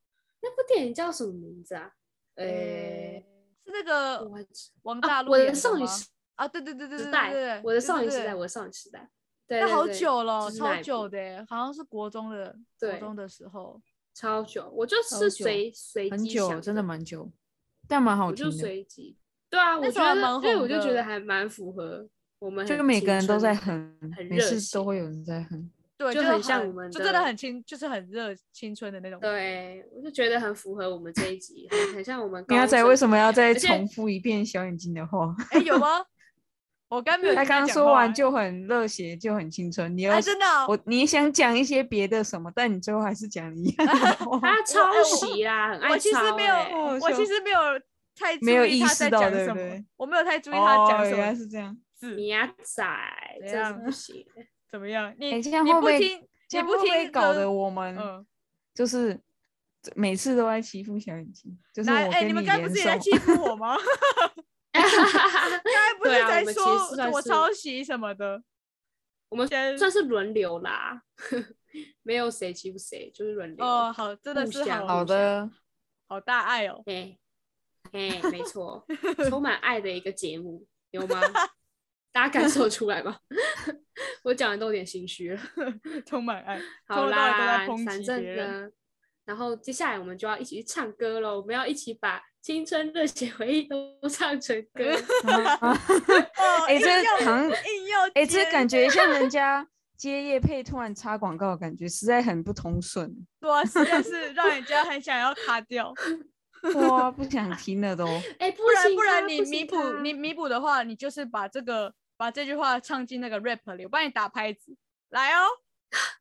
Speaker 1: 那部电影叫什么名字啊？诶、
Speaker 2: 是那个
Speaker 1: 我
Speaker 2: 王
Speaker 1: 啊
Speaker 2: 大陆
Speaker 1: 我
Speaker 2: 演
Speaker 1: 的少女
Speaker 2: 吗
Speaker 1: 时
Speaker 2: 啊，对对对对对
Speaker 1: 时
Speaker 2: 对
Speaker 1: 代，
Speaker 2: 对，
Speaker 1: 我的
Speaker 2: 对
Speaker 1: 少
Speaker 2: 对
Speaker 1: 女时
Speaker 2: 对
Speaker 1: 代，我的少女时代，对，
Speaker 2: 那
Speaker 1: 对
Speaker 2: 好
Speaker 1: 对
Speaker 2: 久了，哦
Speaker 1: 就是那
Speaker 2: 超
Speaker 1: 一
Speaker 2: 久
Speaker 1: 部
Speaker 2: 的耶，好像是国中的国
Speaker 1: 对
Speaker 2: 中的时候。
Speaker 1: 超久，我就
Speaker 3: 超
Speaker 1: 是
Speaker 3: 久
Speaker 1: 随随
Speaker 3: 很
Speaker 1: 机
Speaker 3: 久，
Speaker 1: 想
Speaker 3: 真的蛮久，但蛮好
Speaker 1: 我就
Speaker 3: 听的，
Speaker 1: 随机，对啊，
Speaker 2: 那
Speaker 1: 我
Speaker 2: 时
Speaker 1: 觉
Speaker 2: 候还
Speaker 1: 得
Speaker 2: 蛮，
Speaker 1: 对，
Speaker 2: 红
Speaker 1: 我就觉
Speaker 2: 的
Speaker 1: 得还蛮符合我们，
Speaker 2: 嗯
Speaker 3: 就每个人都在，哼
Speaker 1: 很，
Speaker 3: 每
Speaker 1: 热
Speaker 3: 次
Speaker 1: 血
Speaker 3: 都会有人在哼，
Speaker 2: 对，
Speaker 1: 就是很像我们
Speaker 2: 就真的
Speaker 1: 的
Speaker 2: 很青，就是很热青春的那种。
Speaker 1: 对，我就觉得很符合我们这一集，很很像我 们高
Speaker 3: 喵仔
Speaker 1: 中
Speaker 3: 为什么要再
Speaker 1: 而且
Speaker 3: 重复一遍小眼睛的话？
Speaker 2: 哎，有吗？我 刚没有
Speaker 3: 他
Speaker 2: 听
Speaker 3: 刚
Speaker 2: 讲
Speaker 3: 说
Speaker 2: 话
Speaker 3: 完
Speaker 2: 哎
Speaker 3: 就很热血，就很青春。你又
Speaker 2: 哎，真的哦，
Speaker 3: 我你想讲一些别的什么，但你最后还是讲一样的 话，
Speaker 1: 他
Speaker 2: 哎
Speaker 1: 啊抄
Speaker 2: 我
Speaker 1: 袭啦，很爱抄、欸。
Speaker 2: 我其实没有，
Speaker 3: 好
Speaker 2: 我其
Speaker 3: 笑
Speaker 2: 实没有太
Speaker 3: 哦
Speaker 2: 注
Speaker 3: 没有
Speaker 2: 意
Speaker 3: 意
Speaker 2: 他
Speaker 3: 识
Speaker 2: 在
Speaker 3: 到
Speaker 2: 讲
Speaker 3: 对
Speaker 2: 什
Speaker 3: 不
Speaker 2: 么
Speaker 3: 对，
Speaker 2: 我没有太注意他讲
Speaker 3: 哦
Speaker 2: 什
Speaker 3: 原来
Speaker 2: 么
Speaker 3: 是这样，
Speaker 2: 字，
Speaker 1: 米亚仔，
Speaker 2: 怎
Speaker 1: 真的
Speaker 2: 样
Speaker 1: 是不行。
Speaker 2: 怎么样？你
Speaker 3: 哎这样
Speaker 2: 你
Speaker 3: 会不
Speaker 2: 不
Speaker 3: 会
Speaker 2: 听，
Speaker 3: 这
Speaker 2: 你
Speaker 3: 样
Speaker 2: 不
Speaker 3: 会不会
Speaker 2: 听
Speaker 3: 搞
Speaker 2: 歌
Speaker 3: 得我们
Speaker 2: 嗯，
Speaker 3: 就是每次都在欺负小眼睛，就是
Speaker 2: 来，
Speaker 3: 我
Speaker 2: 哎，
Speaker 3: 跟
Speaker 2: 你们刚不
Speaker 3: 联
Speaker 2: 是也在
Speaker 3: 手，
Speaker 2: 欺负我吗？ 刚才不是
Speaker 1: 对啊我
Speaker 2: 在
Speaker 1: 们其实
Speaker 2: 说
Speaker 1: 算
Speaker 2: 我
Speaker 1: 是
Speaker 2: 抄袭什么的？
Speaker 1: 我们
Speaker 2: 先
Speaker 1: 算是轮流啦， 没有谁欺负谁，就是轮流。
Speaker 2: 哦，好，真的
Speaker 1: 互
Speaker 2: 是
Speaker 1: 相
Speaker 2: 好
Speaker 3: 好的，
Speaker 2: 好大爱哦。
Speaker 1: 嘿，嘿，没错， 充满爱的一个节目，有 吗？大家感受出来吗？ 我讲的都有点心虚 了。
Speaker 2: 充满
Speaker 3: 哦
Speaker 2: 爱。
Speaker 1: 好
Speaker 2: 从头到尾都在
Speaker 1: 啦
Speaker 2: 抨，
Speaker 1: 反
Speaker 2: 击别
Speaker 1: 正
Speaker 2: 人
Speaker 1: 呢，然后接下来我们就要一起去唱歌喽，我们要一起把青春热血回忆都唱成 歌。
Speaker 2: 哦，
Speaker 3: 哎，
Speaker 2: 硬
Speaker 3: 这
Speaker 2: 要
Speaker 3: 好像
Speaker 2: 硬要
Speaker 3: 哎，这
Speaker 2: 接
Speaker 3: 感 觉像人家接业配突然插广告，感觉实在很不通 顺。
Speaker 2: 对啊，实在是让人家很想要卡掉，
Speaker 3: 哇，不想听了都。
Speaker 1: 哎，不
Speaker 2: 不然
Speaker 1: 行
Speaker 2: 不啊然
Speaker 1: 啦
Speaker 2: 你
Speaker 1: 不
Speaker 2: 弥
Speaker 1: 行啊
Speaker 2: 补
Speaker 1: 啦
Speaker 2: 你弥补的话，你就是把这个把这句话唱进那个 rap 里，我帮你打拍子，来哦，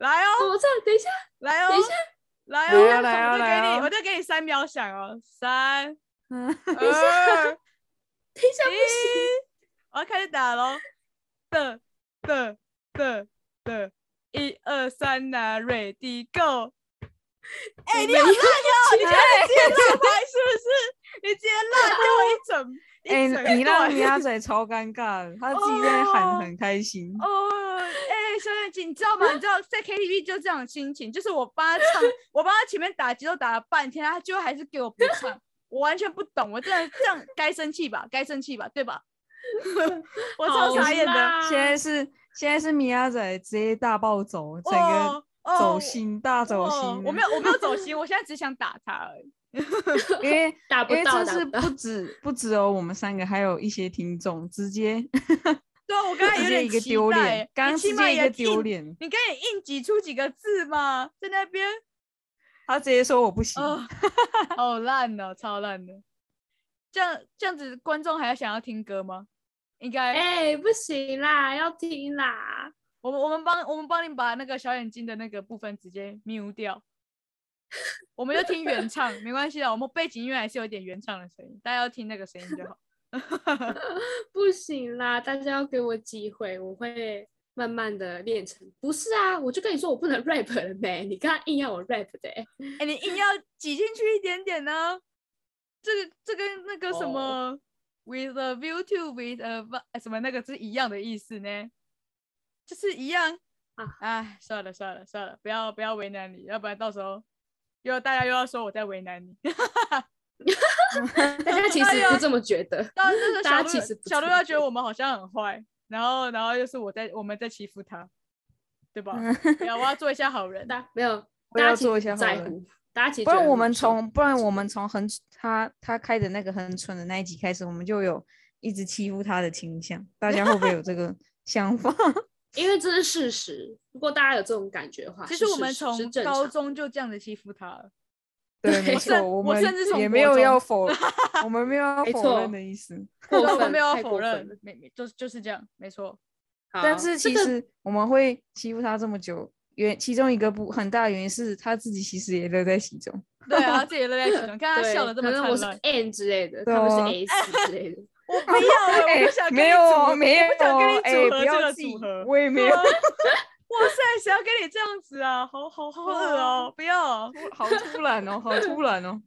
Speaker 2: 来哦，
Speaker 1: 我唱，等一下，
Speaker 2: 来哦，
Speaker 1: 等一下
Speaker 2: 来
Speaker 3: 来
Speaker 2: 哦，
Speaker 3: 哦来
Speaker 2: 我
Speaker 3: 哦
Speaker 2: 就
Speaker 3: 来
Speaker 2: 给你
Speaker 3: 哦
Speaker 2: 我就给你三秒响哦， 三
Speaker 3: 嗯
Speaker 2: 二
Speaker 1: 等一下不行。
Speaker 2: 一，我要开始打喽，的的的的，一二三呐，ready go。哎、你好烂哟！哦你 觉得接烂拍是不是？你接烂掉 一
Speaker 3: 哎、
Speaker 2: 整，一整
Speaker 3: 你让
Speaker 2: 段
Speaker 3: 米亚仔超尴尬的，他自己在那
Speaker 2: 哦
Speaker 3: 喊很开心。
Speaker 2: 哦，哎，小眼睛，你知道吗？你知道在 KTV 就这样的心情，就是我帮他唱，我帮他前面打节奏打了半天，他最后还是给我不唱，我完全不懂，我真的这样该生气吧？该生气吧？对吧？ 我超
Speaker 1: 好
Speaker 2: 傻眼的，
Speaker 1: 啦
Speaker 3: 现在是现在是米亚仔直接大暴走，整个
Speaker 2: 哦哦
Speaker 3: 走心、大走心、啊
Speaker 2: 哦我没有，我没有走心，我现在只想打他而已。
Speaker 3: 因为
Speaker 1: 打不
Speaker 3: 因为这
Speaker 1: 到，打
Speaker 3: 是
Speaker 1: 不到。
Speaker 3: 不止不只有我们三个，还有一些听众直接
Speaker 2: 对啊，我刚才有
Speaker 3: 直接一
Speaker 2: 点
Speaker 3: 个
Speaker 2: 期
Speaker 3: 丢
Speaker 2: 待
Speaker 3: 脸
Speaker 2: 欸，，
Speaker 3: 刚
Speaker 2: 你
Speaker 3: 刚
Speaker 2: 起
Speaker 3: 直
Speaker 2: 码
Speaker 3: 接一
Speaker 2: 也
Speaker 3: 个丢
Speaker 2: 硬，
Speaker 3: 脸，
Speaker 2: 你可以硬挤出几个字嘛，在那边，
Speaker 3: 他直接说我不行，
Speaker 2: 哦， 好烂哦，超烂的。这样这样子，观众还想要听歌吗？应该，
Speaker 1: 哎、不行啦，要听啦。
Speaker 2: 我们我们帮我们帮你把那个小眼睛的那个部分直接 mute 掉，我们就听原唱，没关系的。我们背景音乐还是有一点原唱的声音，大家要听那个声音就好。
Speaker 1: 不行啦，大家要给我机会，我会慢慢的练成。不是啊，我就跟你说我不能 rap 了没？你刚刚硬要我 rap 的、欸，
Speaker 2: 哎、你硬要挤进去一点点呢、这个这跟那个
Speaker 1: 哦
Speaker 2: 什么、with a view to with a vi- 哎什么那个是一样的意思呢，就是一样
Speaker 1: 啊。
Speaker 2: 哎，算了算了算了，不要不要为难你，要不然到时候又大家又要说我在为难你。
Speaker 1: 大家其
Speaker 2: 哎
Speaker 1: 实
Speaker 2: 呀
Speaker 1: 不这么觉得。
Speaker 2: 到那个
Speaker 1: 大
Speaker 2: 小
Speaker 1: 家其
Speaker 2: 鹿
Speaker 1: 实不这
Speaker 2: 小鹿
Speaker 1: 么
Speaker 2: 要觉得我们好像很坏，然后然后又是我在我们在欺负他，对吧？
Speaker 1: 嗯
Speaker 2: 然后我要做一下好 人。
Speaker 1: 大没有，
Speaker 3: 我
Speaker 1: 大家
Speaker 3: 要
Speaker 1: 其实
Speaker 3: 做一
Speaker 1: 不
Speaker 3: 下好
Speaker 1: 在
Speaker 3: 人
Speaker 1: 乎，大家其实
Speaker 3: 不
Speaker 1: 觉
Speaker 3: 然
Speaker 1: 得
Speaker 3: 我
Speaker 1: 很
Speaker 3: 们
Speaker 1: 好笑
Speaker 3: 从不然我们从很他他开的那个很蠢的那一集开始，我们就有一直欺负他的倾向。大家会不会有这个想法？
Speaker 1: 因为这是事实。如果大家有这种感觉的话，
Speaker 2: 其
Speaker 1: 啊是
Speaker 2: 实我
Speaker 1: 事
Speaker 2: 们
Speaker 1: 实是
Speaker 2: 从
Speaker 1: 正
Speaker 2: 高
Speaker 1: 常
Speaker 2: 中就这样子欺负他了。
Speaker 3: 对，没
Speaker 1: 我
Speaker 3: 错，
Speaker 2: 甚
Speaker 3: 我
Speaker 2: 我
Speaker 3: 们
Speaker 2: 甚至从
Speaker 3: 也
Speaker 2: 国
Speaker 3: 没有要
Speaker 2: 中
Speaker 3: 否，我们没有要
Speaker 1: 没
Speaker 3: 否
Speaker 1: 错
Speaker 3: 认的意思。
Speaker 1: 过
Speaker 2: 对我
Speaker 1: 分
Speaker 2: 们没有
Speaker 1: 太
Speaker 2: 否
Speaker 1: 过分
Speaker 2: 认
Speaker 1: 了，
Speaker 2: 没没就是就是这样，没错。
Speaker 1: 好
Speaker 3: 但是
Speaker 1: 这
Speaker 3: 其
Speaker 1: 个
Speaker 3: 实我们会欺负他这么久，原其中一个不很大的原因是他自己其实也乐在其中。
Speaker 2: 对啊，自己乐在其中，看他
Speaker 1: 对
Speaker 2: 笑的这么
Speaker 1: 可能我
Speaker 2: 灿
Speaker 1: 是
Speaker 2: 烂。
Speaker 1: N 之类的，
Speaker 3: 对
Speaker 1: 他们
Speaker 3: 啊
Speaker 1: 是 S 之类的。
Speaker 2: 我不 要欸， 我
Speaker 3: 哎
Speaker 2: 不想跟
Speaker 3: 没
Speaker 2: 你
Speaker 3: 有
Speaker 2: 组
Speaker 3: 哦，
Speaker 2: 合
Speaker 3: 没有
Speaker 2: 我不想
Speaker 3: 哦，哎
Speaker 2: 跟你组
Speaker 3: 不
Speaker 2: 合这
Speaker 3: 要
Speaker 2: 个
Speaker 3: 自己
Speaker 2: 组合。
Speaker 3: 我也没有
Speaker 2: 对啊哇塞，谁要跟你这样子啊？好好好恶哦，不要。
Speaker 3: 好突然哦，好突然哦。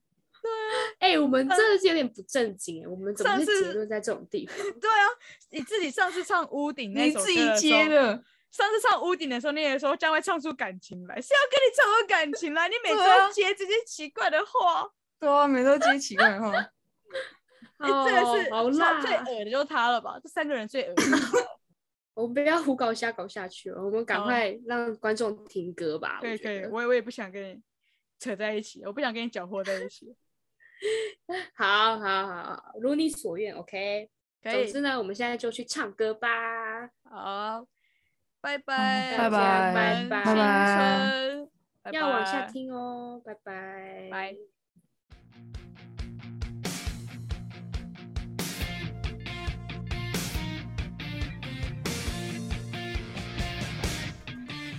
Speaker 1: 哎、我们真的是有点不正经哎，我们怎么
Speaker 2: 嗯上
Speaker 1: 会结
Speaker 2: 次
Speaker 1: 论在这种 地方？
Speaker 2: 对啊，你自己上次唱《屋顶》 那
Speaker 3: 你
Speaker 2: 首歌
Speaker 3: 自己
Speaker 2: 的时
Speaker 3: 接
Speaker 2: 候，
Speaker 3: 的，
Speaker 2: 上次唱《屋顶》的时候，你也说将会唱出感情来，谁要跟你唱出感情来？你每次
Speaker 3: 对啊
Speaker 2: 都接这些奇怪的话，
Speaker 3: 对啊，每周接奇怪的话。
Speaker 2: 哎，真的
Speaker 1: 哦好
Speaker 2: 是
Speaker 1: 辣
Speaker 2: 超！最恶的就是他了吧？这三个人最恶的就是他了。
Speaker 1: 我们不要胡搞瞎搞下去了，我们赶
Speaker 2: 好
Speaker 1: 快让观众听歌吧。
Speaker 2: 可
Speaker 1: 我
Speaker 2: 以
Speaker 1: 觉
Speaker 2: 可以，
Speaker 1: 得
Speaker 2: 我也我也不想跟你扯在一起，我不想跟你搅和在 一起。
Speaker 1: 好好好好，如你所愿，OK。
Speaker 2: 可
Speaker 1: 总
Speaker 2: 以
Speaker 1: 之，呢，我们现在就去唱歌吧。
Speaker 2: 好，拜拜，
Speaker 3: 拜
Speaker 1: 嗯拜
Speaker 2: 拜
Speaker 1: 拜
Speaker 2: 青
Speaker 3: 拜
Speaker 2: 春，拜
Speaker 1: 要往下
Speaker 2: 拜。
Speaker 1: 听哦，拜拜，
Speaker 2: 拜。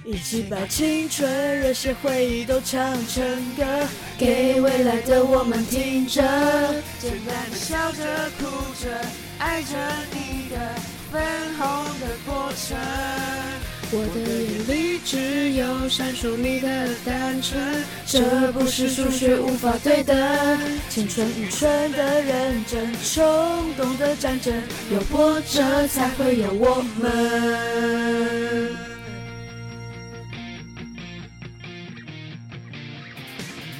Speaker 4: 一起把青春热血回忆都唱成歌，给未来的我们听着。简单的笑着哭着，爱着你的粉红的过程。我的眼里只有闪烁你的单纯，这不是数学无法对等。青春愚蠢的认真，冲动的战争，有波折才会有我们。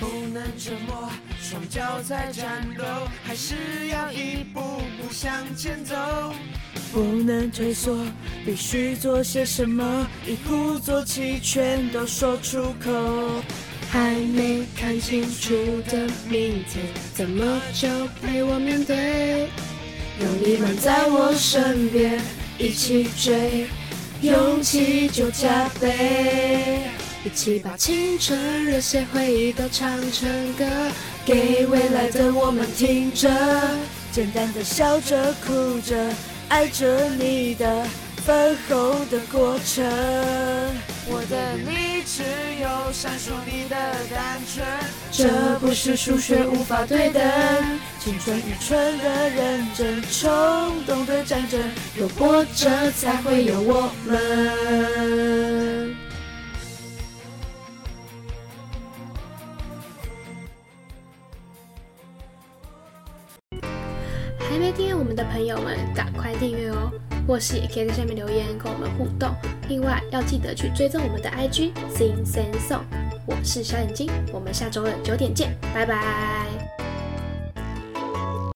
Speaker 4: 不能折磨，双脚在战斗，还是要一步步向前走。不能退缩，必须做些什么，一鼓作气全都说出口。还没看清楚的明天，怎么就陪我面对？有你们在我身边，一起追，勇气就加倍。一起把青春热血回忆都唱成歌，给未来的我们听着。简单的笑着哭着，爱着你的粉红的过程。我的你只有闪烁你的单纯，这不是数学无法对等。青春愚蠢的认真，冲动的战争，有波折才会有我们。
Speaker 5: 还没订阅我们的朋友们，赶快订阅哦！或是也可以在下面留言跟我们互动。另外要记得去追踪我们的 IG Sing Sing Song。我是小眼睛，我们下周二九点见，拜拜。